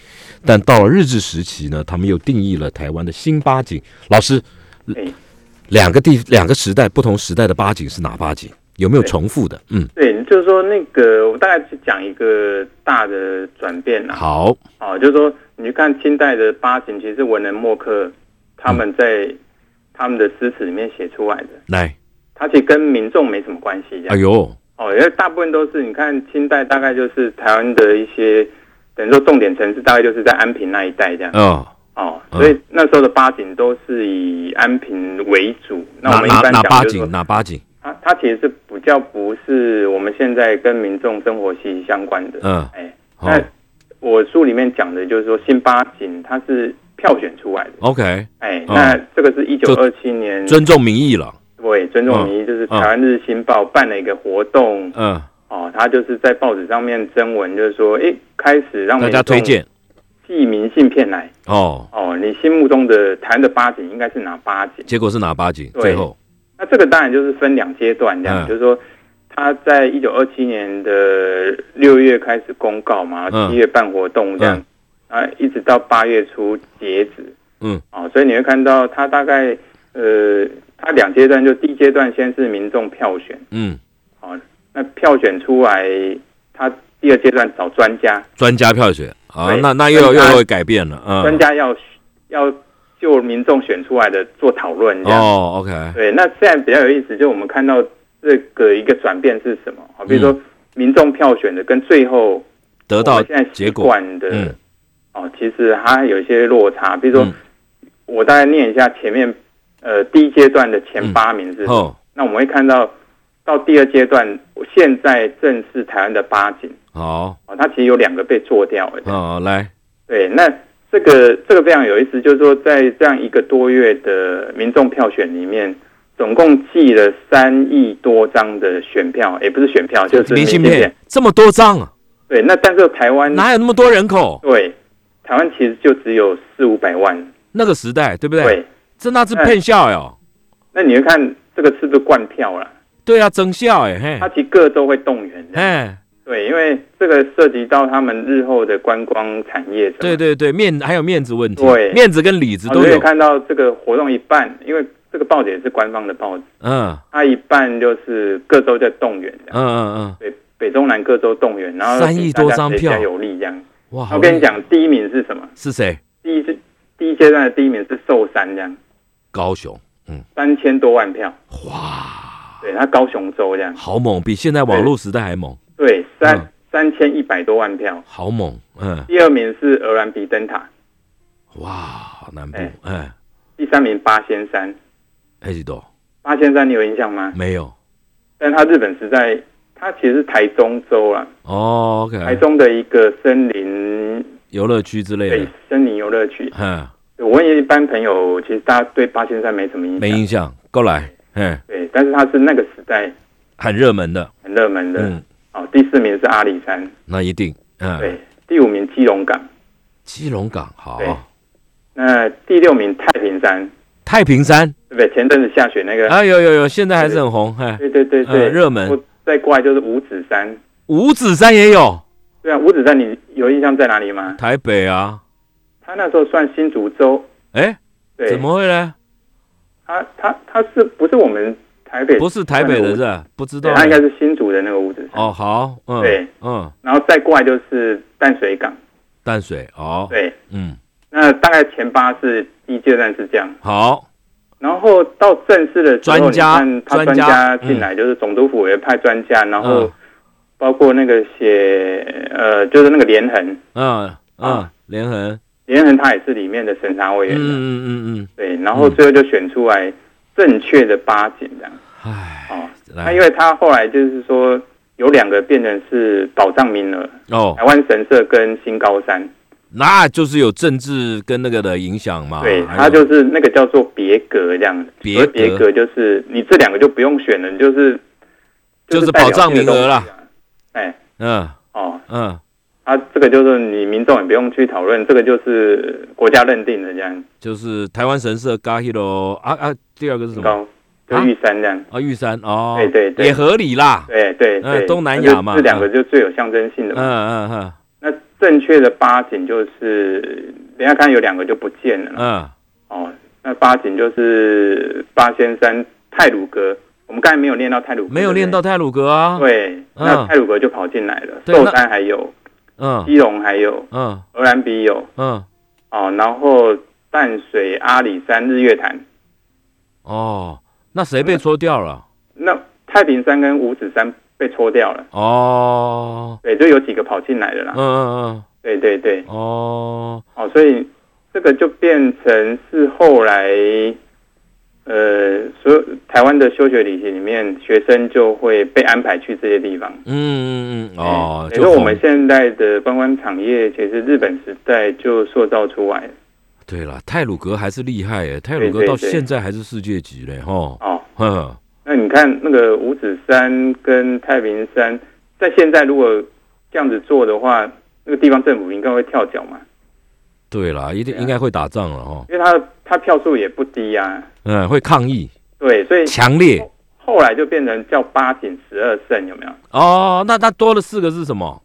Speaker 2: 但到了日治时期呢，他们又定义了台湾的新八景。老师，
Speaker 3: 对
Speaker 2: 两个地两个时代不同时代的八景是哪八景？有没有重复的？嗯，
Speaker 3: 对，就是说那个，我大概讲一个大的转变啦、
Speaker 2: 好，
Speaker 3: 哦，就是说，你去看清代的八景，其实文人墨客他们在他们的诗词里面写出来的，
Speaker 2: 来，
Speaker 3: 它其实跟民众没什么关系。这
Speaker 2: 哎
Speaker 3: 样
Speaker 2: 呦，
Speaker 3: 哦，因为大部分都是你看清代，大概就是台湾的一些，等于说重点城市，大概就是在安平那一带这样。
Speaker 2: 哦，
Speaker 3: 哦，
Speaker 2: 嗯
Speaker 3: 所以那时候的八景都是以安平为主。那我
Speaker 2: 哪
Speaker 3: 们
Speaker 2: 哪
Speaker 3: 一般
Speaker 2: 哪
Speaker 3: 讲
Speaker 2: 八
Speaker 3: 就是说
Speaker 2: 景？，哪八景？
Speaker 3: 它它其实是比较不是我们现在跟民众生活息息相关的。
Speaker 2: 嗯，
Speaker 3: 哎，
Speaker 2: 好
Speaker 3: 那我书里面讲的就是说新八景它是票选出来的，
Speaker 2: ，OK，
Speaker 3: 哎，
Speaker 2: 哦
Speaker 3: 那这个是一九二七年，
Speaker 2: 尊哦重民意了，
Speaker 3: 对尊重民意，就是台湾日新报办了一个活动，
Speaker 2: 嗯，
Speaker 3: 哦，他就是在报纸上面征文，就是说，哎，开始让
Speaker 2: 大
Speaker 3: 民
Speaker 2: 家
Speaker 3: 众
Speaker 2: 推荐
Speaker 3: 寄明信片来，
Speaker 2: 哦，
Speaker 3: 哦，你心目中的台湾的八景应该是哪八景？
Speaker 2: 结果是哪八景？
Speaker 3: 对
Speaker 2: 最后，
Speaker 3: 那这个当然就是分两阶段，这样、
Speaker 2: 嗯
Speaker 3: 就是说，他在一九二七年的六月开始公告嘛，
Speaker 2: 嗯
Speaker 3: 七月办活动这样，啊、一直到八月初截止。
Speaker 2: 嗯，
Speaker 3: 哦，所以你会看到他大概呃，他两阶段，就第一阶段先是民众票选，
Speaker 2: 嗯，
Speaker 3: 哦，那票选出来，他第二阶段找专家，
Speaker 2: 专家票选啊，
Speaker 3: 对
Speaker 2: 那那又
Speaker 3: 专家
Speaker 2: 又会改变了，
Speaker 3: 专
Speaker 2: 嗯，
Speaker 3: 家要要就民众选出来的做讨论这样。
Speaker 2: 哦，OK，
Speaker 3: 对，那现在比较有意思，就我们看到这个一个转变是什么？好，比如说民众票选的跟最后
Speaker 2: 嗯得
Speaker 3: 我
Speaker 2: 到
Speaker 3: 们现在习
Speaker 2: 结果，
Speaker 3: 惯的、
Speaker 2: 嗯
Speaker 3: 哦，其实它有一些落差。比如说，
Speaker 2: 嗯
Speaker 3: 我大概念一下前面呃第一阶段的前八名是什么、
Speaker 2: 哦，
Speaker 3: 那我们会看到到第二阶段，现在正是台湾的八景
Speaker 2: 好，
Speaker 3: 哦，它其实有两个被做掉了。
Speaker 2: 哦，来，
Speaker 3: 对，那这个这个非常有意思，就是说在这样一个多月的民众票选里面，总共寄了三亿多张的选票，也不是选票，就是
Speaker 2: 明信
Speaker 3: 信
Speaker 2: 片。这么多张啊，
Speaker 3: 对，那但是台湾
Speaker 2: 哪有那么多人口？
Speaker 3: 对台湾其实就只有四五百万，
Speaker 2: 那个时代，对不
Speaker 3: 对，哎
Speaker 2: 对？这那是骗笑哟，
Speaker 3: 那你会看这个是不是灌票啦？
Speaker 2: 对啊，真笑哎，嘿
Speaker 3: 它，其实各州会动员的，
Speaker 2: 哎，
Speaker 3: 对，因为这个涉及到他们日后的观光产业什么的。
Speaker 2: 对对对，面还有面子问题，
Speaker 3: 对
Speaker 2: 面子跟里子
Speaker 3: 哦，
Speaker 2: 都
Speaker 3: 你
Speaker 2: 有
Speaker 3: 也，看到这个活动一半，因为这个报纸也是官方的报纸。
Speaker 2: 嗯
Speaker 3: 它一半就是各州在动员
Speaker 2: 嗯
Speaker 3: 的，
Speaker 2: 嗯
Speaker 3: 北北中南各州动员，然后
Speaker 2: 三亿多张
Speaker 3: 大家谁比
Speaker 2: 票
Speaker 3: 较有利这样。
Speaker 2: 嗯，哇，
Speaker 3: 我跟你讲，第一名是什么？
Speaker 2: 是谁？
Speaker 3: 第一是第一阶段的第一名是寿山这样，
Speaker 2: 高雄，
Speaker 3: 三千多万票，
Speaker 2: 哇，
Speaker 3: 对他高雄州这样，
Speaker 2: 好猛，比现在网络时代还猛，
Speaker 3: 对三、
Speaker 2: 嗯
Speaker 3: 三千一百多万票。
Speaker 2: 好猛，嗯，
Speaker 3: 第二名是鹅銮鼻灯塔，
Speaker 2: 哇，南部
Speaker 3: 哎，
Speaker 2: 哎，
Speaker 3: 第三名八仙山。
Speaker 2: 埃及多
Speaker 3: 八仙山你有印象吗？
Speaker 2: 没有
Speaker 3: 但它日本时代，它其实是台中州啦，
Speaker 2: 哦
Speaker 3: 台
Speaker 2: ，OK，
Speaker 3: 中的一个森林，
Speaker 2: 游乐区之类
Speaker 3: 对
Speaker 2: 的，
Speaker 3: 森林游乐区。
Speaker 2: 嗯，
Speaker 3: 我问一般朋友，其实大家对八仙山没什么印象，
Speaker 2: 没印象，过来，嗯，
Speaker 3: 对，但是它是那个时代
Speaker 2: 很热门的，
Speaker 3: 很热门的。
Speaker 2: 嗯，
Speaker 3: 哦，第四名是阿里山，
Speaker 2: 那一定，
Speaker 3: 对
Speaker 2: 嗯，，
Speaker 3: 第五名基隆港，
Speaker 2: 基隆港好，
Speaker 3: 对那第六名太平山，
Speaker 2: 太平山
Speaker 3: 对不对？前阵子下雪那个，
Speaker 2: 啊，有有有，现在还是很红，哎，
Speaker 3: 对对对对，
Speaker 2: 呃热门
Speaker 3: 我再过来就是五指山，
Speaker 2: 五指山也有，
Speaker 3: 对啊，五指山你有印象在哪里吗？
Speaker 2: 台北啊，
Speaker 3: 它那时候算新竹州，
Speaker 2: 哎，
Speaker 3: 对，
Speaker 2: 怎么会呢？
Speaker 3: 它它它是不是我们台北？
Speaker 2: 不是台北的
Speaker 3: 对，
Speaker 2: 是，不知道
Speaker 3: 它应该是新竹的那个五指山。
Speaker 2: 哦，好，嗯，
Speaker 3: 对，
Speaker 2: 嗯，
Speaker 3: 然后再过来就是淡水港，
Speaker 2: 淡水，哦，
Speaker 3: 对，
Speaker 2: 嗯，
Speaker 3: 那大概前八是第一阶段是这样。
Speaker 2: 好，
Speaker 3: 然后到正式的时候
Speaker 2: 专家
Speaker 3: 你看他
Speaker 2: 专
Speaker 3: 专
Speaker 2: 家
Speaker 3: 家进来，就是总督府也派专家，然后
Speaker 2: 嗯
Speaker 3: 包括那个写呃，就是那个连横，
Speaker 2: 嗯嗯
Speaker 3: 啊，
Speaker 2: 连横，
Speaker 3: 连横他也是里面的审查
Speaker 2: 嗯
Speaker 3: 委员，
Speaker 2: 嗯嗯嗯，
Speaker 3: 对，然后最后就选出来正确的八景这样。
Speaker 2: 唉，
Speaker 3: 哦，那
Speaker 2: 嗯来
Speaker 3: 因为他后来就是说有两个变成是保障名额，
Speaker 2: 哦
Speaker 3: 台湾神社跟新高山，
Speaker 2: 那就是有政治跟那个的影响嘛。
Speaker 3: 对，
Speaker 2: 啊还有
Speaker 3: 它就是那个叫做别格这样子。
Speaker 2: 别
Speaker 3: 所谓
Speaker 2: 格
Speaker 3: 别格就是你这两个就不用选了，你就是
Speaker 2: 就是
Speaker 3: 代表
Speaker 2: 保障名额啦
Speaker 3: 这个东西啊。哎，
Speaker 2: 嗯
Speaker 3: 哦，
Speaker 2: 嗯，
Speaker 3: 啊，这个就是你民众也不用去讨论，这个就是国家认定的这样
Speaker 2: 就是台湾神社 g a h i r o 啊啊，第二个是什么？
Speaker 3: 高，就玉山这样。
Speaker 2: 啊，玉山哦，
Speaker 3: 对对对
Speaker 2: 也合理啦。
Speaker 3: 对对
Speaker 2: 呃
Speaker 3: 对，
Speaker 2: 东南亚嘛
Speaker 3: 那就这两个就最有象征性的
Speaker 2: 嗯
Speaker 3: 嘛。
Speaker 2: 嗯嗯
Speaker 3: 那正确的八景就是，等一下看有两个就不见了啦。
Speaker 2: 嗯，
Speaker 3: 哦，那八景就是八仙山泰鲁阁，我们刚才没有念到泰鲁阁，
Speaker 2: 没有练到泰鲁格啊。
Speaker 3: 对不对。对，
Speaker 2: 嗯
Speaker 3: 那泰鲁阁就跑进来了，
Speaker 2: 对
Speaker 3: 寿
Speaker 2: 那
Speaker 3: 山还有，
Speaker 2: 嗯
Speaker 3: 基隆还有，
Speaker 2: 嗯
Speaker 3: 鹅銮鼻有，
Speaker 2: 嗯，
Speaker 3: 哦，然后淡水、阿里山、日月潭，
Speaker 2: 哦，那谁
Speaker 3: 嗯
Speaker 2: 被搓掉了？
Speaker 3: 那太平山跟五指山被搓掉了，
Speaker 2: 哦，
Speaker 3: 对，就有几个跑进来了啦
Speaker 2: 嗯。嗯
Speaker 3: 对对对
Speaker 2: 嗯，，哦，
Speaker 3: 哦，所以这个就变成是后来，呃，所有台湾的休学旅行里面，学生就会被安排去这些地方。
Speaker 2: 嗯嗯嗯，哦，
Speaker 3: 也
Speaker 2: 就
Speaker 3: 就是哎我
Speaker 2: 红
Speaker 3: 们现在的观光产业，其实日本时代就塑造出来了
Speaker 2: 对了，泰鲁格还是厉害耶，泰鲁
Speaker 3: 对
Speaker 2: 格到
Speaker 3: 对对
Speaker 2: 现在还是世界级嘞，吼，
Speaker 3: 哦。
Speaker 2: 哼，
Speaker 3: 那你看那个五指山跟太平山，在现在如果这样子做的话，那个地方政府应该会跳脚嘛，
Speaker 2: 对啦，一定
Speaker 3: 对啊
Speaker 2: 应该会打仗了哈，
Speaker 3: 因为它它票数也不低啊，
Speaker 2: 嗯，会抗议，
Speaker 3: 对，所以
Speaker 2: 强烈
Speaker 3: 后来就变成叫八景十二胜，有没有？
Speaker 2: 哦，那那多了四个是什么？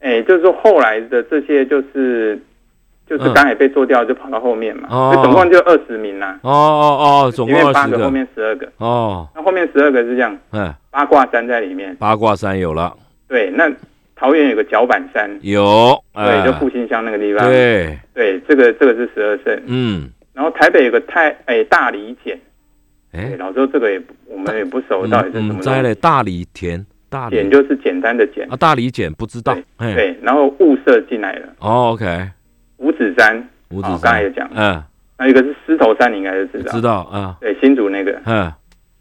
Speaker 3: 哎，就是说后来的这些就是就是
Speaker 2: 嗯
Speaker 3: 刚才被做掉，就跑到后面嘛，
Speaker 2: 哦
Speaker 3: 所以总共就二十名啦，
Speaker 2: 哦哦哦，总
Speaker 3: 前
Speaker 2: 共二
Speaker 3: 面八
Speaker 2: 十
Speaker 3: 个，后
Speaker 2: 个，
Speaker 3: 面十二个，
Speaker 2: 哦，
Speaker 3: 那后面十二个是这样，
Speaker 2: 嗯，
Speaker 3: 八卦山在里面，
Speaker 2: 八卦山有了，
Speaker 3: 对，那桃园有个脚板山，
Speaker 2: 有，哎
Speaker 3: 对，就复兴乡那个地方，
Speaker 2: 对，
Speaker 3: 对，这个这个是十二胜，
Speaker 2: 嗯，
Speaker 3: 然后台北有个太哎大理简，
Speaker 2: 哎嗯
Speaker 3: 对，，老周这个也不我们也不熟，到底是什么
Speaker 2: 在
Speaker 3: 东
Speaker 2: 嘞，
Speaker 3: 西？
Speaker 2: 大理田，大理
Speaker 3: 简就是简单的简，
Speaker 2: 啊，大理简不知道，哎，
Speaker 3: 对，然后雾社进来了，
Speaker 2: 哦，OK，
Speaker 3: 五指山，
Speaker 2: 五指山，
Speaker 3: 哦刚才有讲
Speaker 2: 嗯，
Speaker 3: 那一个是狮头山，你应该就知道
Speaker 2: 知，道啊，
Speaker 3: 对，新竹那个。
Speaker 2: 嗯，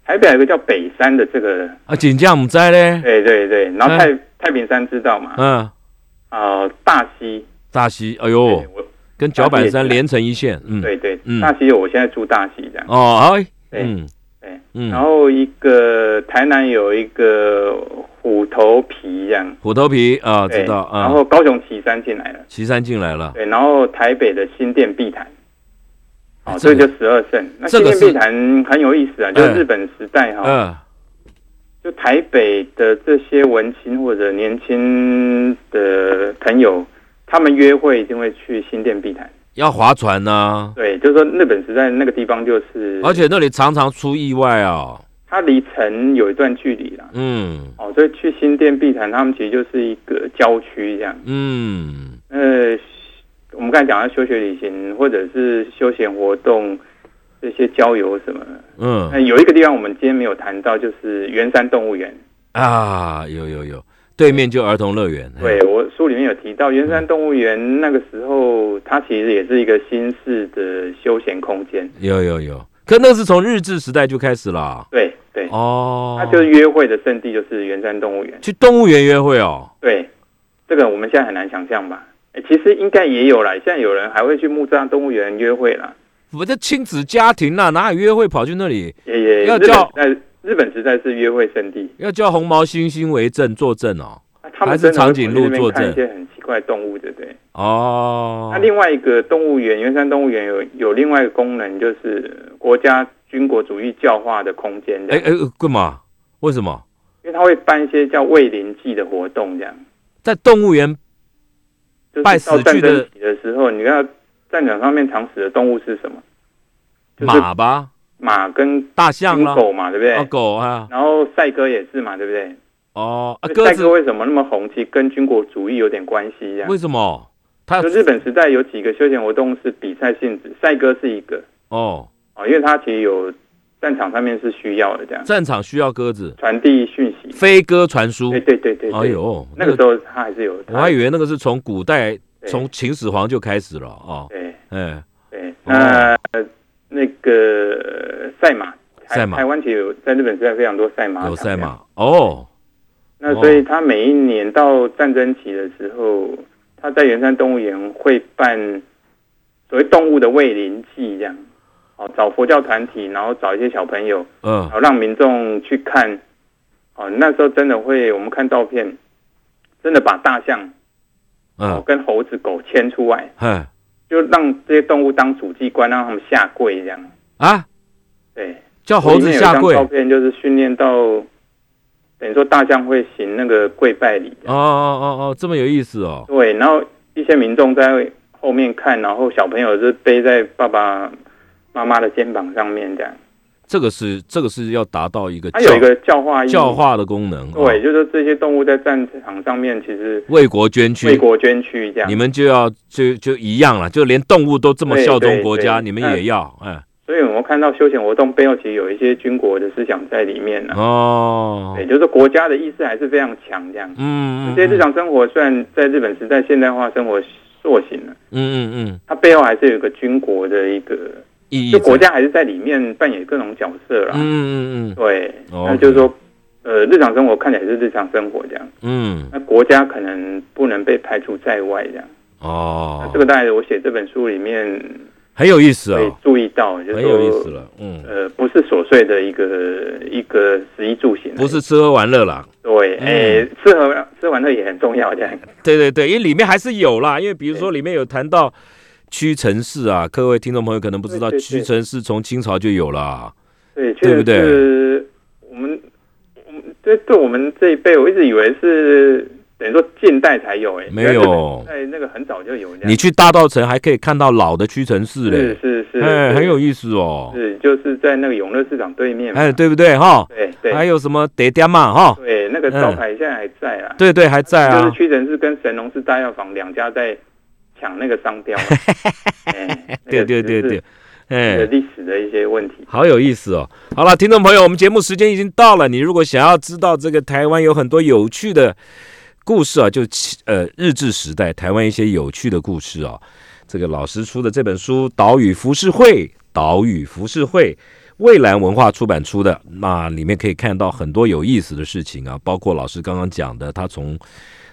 Speaker 3: 台北有一个叫北山的这个，
Speaker 2: 啊，锦江唔在嘞，
Speaker 3: 对对对，然后
Speaker 2: 嗯
Speaker 3: 太、太平山知道嘛？
Speaker 2: 嗯，
Speaker 3: 呃，大溪，
Speaker 2: 大溪，哎
Speaker 3: 对
Speaker 2: 呦。
Speaker 3: 我
Speaker 2: 跟脚板山连成一线，嗯，
Speaker 3: 对对，
Speaker 2: 嗯
Speaker 3: 大溪我现在住大溪这样。
Speaker 2: 哦，哎，
Speaker 3: 对
Speaker 2: 嗯，
Speaker 3: 对，然
Speaker 2: 嗯，
Speaker 3: 后一个台南有一个虎头皮这样，
Speaker 2: 虎头皮啊，
Speaker 3: 对，
Speaker 2: 知道啊
Speaker 3: 然，后高雄旗山进来了，
Speaker 2: 岐山进来了，
Speaker 3: 对，然后台北的新店碧潭。
Speaker 2: 哎
Speaker 3: 哦，
Speaker 2: 这
Speaker 3: 这
Speaker 2: 个
Speaker 3: 个就十二胜。那
Speaker 2: 这
Speaker 3: 新
Speaker 2: 个
Speaker 3: 店碧
Speaker 2: 是
Speaker 3: 潭很有意思啊，就是
Speaker 2: 嗯
Speaker 3: 日本时代哈、
Speaker 2: 嗯，
Speaker 3: 就台北的这些文青或者年轻的朋友，他们约会一定会去新店碧潭。
Speaker 2: 要划船呐，
Speaker 3: 对，就是说日本时代那个地方就是，
Speaker 2: 而且那里常常出意外啊，
Speaker 3: 它离城有一段距离啦。
Speaker 2: 嗯
Speaker 3: 哦，所以去新店碧潭，他们其实就是一个郊区这样。
Speaker 2: 嗯，
Speaker 3: 呃，我们刚才讲到休学旅行或者是休闲活动，这些郊游什么的。那
Speaker 2: 嗯
Speaker 3: 有一个地方我们今天没有谈到，就是圆山动物园。
Speaker 2: 啊，有有有，对面就儿童乐园，哎
Speaker 3: 对我书里面有提到，圆山动物园那个时候，它其实也是一个新式的休闲空间。
Speaker 2: 嘿，有有有，可那是从日治时代就开始了，
Speaker 3: 对对，
Speaker 2: 哦，
Speaker 3: 它就是约会的圣地，就是圆山动物园。
Speaker 2: 去动物园约会哦，
Speaker 3: 对，这个我们现在很难想象吧？哎，其实应该也有啦，现在有人还会去木栅动物园约会啦，
Speaker 2: 我这亲子家庭啦，哪有约会跑去那里？
Speaker 3: 也也
Speaker 2: 要
Speaker 3: 日本
Speaker 2: 叫
Speaker 3: 时代日本时代是约会圣地，
Speaker 2: 要叫红毛猩猩为证作证哦，
Speaker 3: 啊他
Speaker 2: 还
Speaker 3: 们
Speaker 2: 是
Speaker 3: 真的
Speaker 2: 长
Speaker 3: 会
Speaker 2: 颈
Speaker 3: 跑去
Speaker 2: 鹿
Speaker 3: 那边
Speaker 2: 作
Speaker 3: 看
Speaker 2: 证
Speaker 3: 一些很奇怪的动物，对不对？
Speaker 2: 哦，
Speaker 3: 那啊另外一个动物园，圆山动物园有有另外一个功能，就是国家军国主义教化的空间这
Speaker 2: 哎
Speaker 3: 样。
Speaker 2: 哎，呃干嘛？为什么
Speaker 3: 因为他会办一些叫慰灵祭的活动，这样
Speaker 2: 在动物园？
Speaker 3: 就是
Speaker 2: 拜
Speaker 3: 到
Speaker 2: 死
Speaker 3: 战
Speaker 2: 去的
Speaker 3: 争期的时候，你看战场上面常死的动物是什么？就是
Speaker 2: 马吧，
Speaker 3: 马跟
Speaker 2: 大象
Speaker 3: 金
Speaker 2: 啦，
Speaker 3: 狗哎嘛，对不对？
Speaker 2: 啊狗啊，
Speaker 3: 然后赛鸽也是嘛，对不对？
Speaker 2: 哦，啊
Speaker 3: 所以
Speaker 2: 鸽
Speaker 3: 赛
Speaker 2: 子
Speaker 3: 鸽为什么那么红？其实跟军国主义有点关系，这样
Speaker 2: 为。什么？它
Speaker 3: 就日本时代有几个休闲活动是比赛性质，赛鸽是一个
Speaker 2: 哦，
Speaker 3: 哦，因为它其实有战场上面是需要的，这样
Speaker 2: 战场需要鸽子，
Speaker 3: 传递讯息。
Speaker 2: 飞鸽传书
Speaker 3: 对。对对对对，
Speaker 2: 哎呦，
Speaker 3: 那个时候它还是有
Speaker 2: 我
Speaker 3: 它的，
Speaker 2: 还以为那个是从古代
Speaker 3: 对
Speaker 2: 从秦始皇就开始了哦，
Speaker 3: 对。
Speaker 2: 哎，
Speaker 3: 对，那、呃那个赛马，台
Speaker 2: 赛马
Speaker 3: 台湾其实有在日本是有非常多赛马场
Speaker 2: 有赛。马哦，哦
Speaker 3: 那所以他每一年到战争期的时候，他他在圆山动物园会办所谓动物的慰灵祭这样，哦，找佛教团体，然后找一些小朋友，
Speaker 2: 嗯
Speaker 3: 好让民众去看。哦，那时候真的会，我们看照片，真的把大象哦
Speaker 2: 嗯
Speaker 3: 跟猴子、狗牵出来，
Speaker 2: 嗯
Speaker 3: 就让这些动物当主祭官，让他们下跪这样。
Speaker 2: 啊，
Speaker 3: 对，
Speaker 2: 叫啊猴子下
Speaker 3: 我里面
Speaker 2: 跪
Speaker 3: 有一张照片就是训练到，等于说大象会行那个跪拜礼这
Speaker 2: 哦
Speaker 3: 样。
Speaker 2: 哦哦哦，这么有意思哦，
Speaker 3: 对，然后一些民众在后面看，然后小朋友是背在爸爸妈妈的肩膀上面这样。
Speaker 2: 这个是这个是要达到一个
Speaker 3: 它有
Speaker 2: 教
Speaker 3: 一个教化意义
Speaker 2: 教，化的功能，
Speaker 3: 对，
Speaker 2: 哦，
Speaker 3: 就是说这些动物在战场上面其实
Speaker 2: 为国捐
Speaker 3: 为
Speaker 2: 躯，
Speaker 3: 国捐躯这样。
Speaker 2: 你们就要就就一样了，就连动物都这么
Speaker 3: 对
Speaker 2: 效忠
Speaker 3: 对
Speaker 2: 国家，
Speaker 3: 对
Speaker 2: 你们
Speaker 3: 嗯
Speaker 2: 也要，嗯
Speaker 3: 所以我们看到休闲活动背后其实有一些军国的思想在里面呢、啊。
Speaker 2: 哦
Speaker 3: 对，，就是说国家的意识还是非常强这样。
Speaker 2: 嗯嗯
Speaker 3: 这些日
Speaker 2: 嗯
Speaker 3: 常生活虽然在日本时代现代化生活塑形了，
Speaker 2: 嗯嗯，
Speaker 3: 它背后还是有一个军国的一个，
Speaker 2: 意义
Speaker 3: 就
Speaker 2: 在，
Speaker 3: 国家还是在里面扮演各种角色啦。
Speaker 2: 嗯嗯嗯
Speaker 3: 对，
Speaker 2: 哦
Speaker 3: 那就是说，呃，日常生活看起来是日常生活这样，
Speaker 2: 嗯，
Speaker 3: 那国家可能不能被排除在外这样。
Speaker 2: 哦
Speaker 3: 那，这个大概我写这本书里面
Speaker 2: 很有意思
Speaker 3: 会
Speaker 2: 哦，
Speaker 3: 注意到，就是
Speaker 2: 很有意思
Speaker 3: 说，
Speaker 2: 了，嗯，
Speaker 3: 呃，不是琐碎的一个一个食衣住行而已，
Speaker 2: 不是吃喝玩乐啦，
Speaker 3: 对，
Speaker 2: 嗯
Speaker 3: 哎、吃喝吃完了也很重要这样。
Speaker 2: 对对对，因为里面还是有啦，因为比如说里面有谈到屈臣氏啊，各位听众朋友可能不知道，
Speaker 3: 对对对
Speaker 2: 屈臣氏从清朝就有啦。
Speaker 3: 对，
Speaker 2: 嗯
Speaker 3: 确
Speaker 2: 对
Speaker 3: 实
Speaker 2: 不对
Speaker 3: 是我们，我们对对我们这一辈，我一直以为是等于说近代才有、哎，
Speaker 2: 没有
Speaker 3: 原来在在那个很早就有这样。
Speaker 2: 你去大稻城还可以看到老的屈臣氏
Speaker 3: 是
Speaker 2: 嘞，
Speaker 3: 是是，
Speaker 2: 哎，
Speaker 3: 是
Speaker 2: 很有意思哦，
Speaker 3: 是就是在那个永乐市场对面嘛，
Speaker 2: 哎，对不对哈？
Speaker 3: 对对
Speaker 2: 还有什么得爹嘛哈？
Speaker 3: 对，那个招牌现在还在啊，
Speaker 2: 对对，还在
Speaker 3: 就是
Speaker 2: 啊，
Speaker 3: 屈臣氏跟神农氏大药房两家在抢那个商 标嘛，哎
Speaker 2: 对对对，对，
Speaker 3: 那个只是
Speaker 2: 哎
Speaker 3: 这个。历史的一些问 题，
Speaker 2: 好有意思哦！好了，听众朋友，我们节目时间已经到了。你如果想要知道这个台湾有很多有趣的故事啊，就其呃日治时代台湾一些有趣的故事啊，这个老师出的这本书《岛屿浮世绘》，岛屿浮世绘。蔚蓝文化出版出的，那里面可以看到很多有意思的事情啊，包括老师刚刚讲的，他从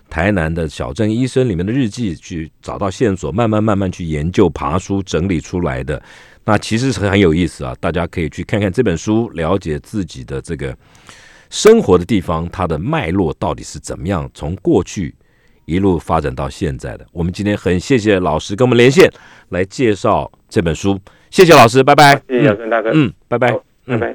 Speaker 2: 台南的小镇医生里面的日记去找到线索，慢慢慢慢去研究、爬书、整理出来的。那其实是很有意思啊，大家可以去看看这本书，了解自己的这个生活的地方，它的脉络到底是怎么样，从过去一路发展到现在的。我们今天很谢谢老师跟我们连线来介绍这本书，谢谢老师，拜拜。
Speaker 3: 谢谢姚顺大哥，
Speaker 2: 嗯，嗯，拜拜。
Speaker 3: 好，拜拜。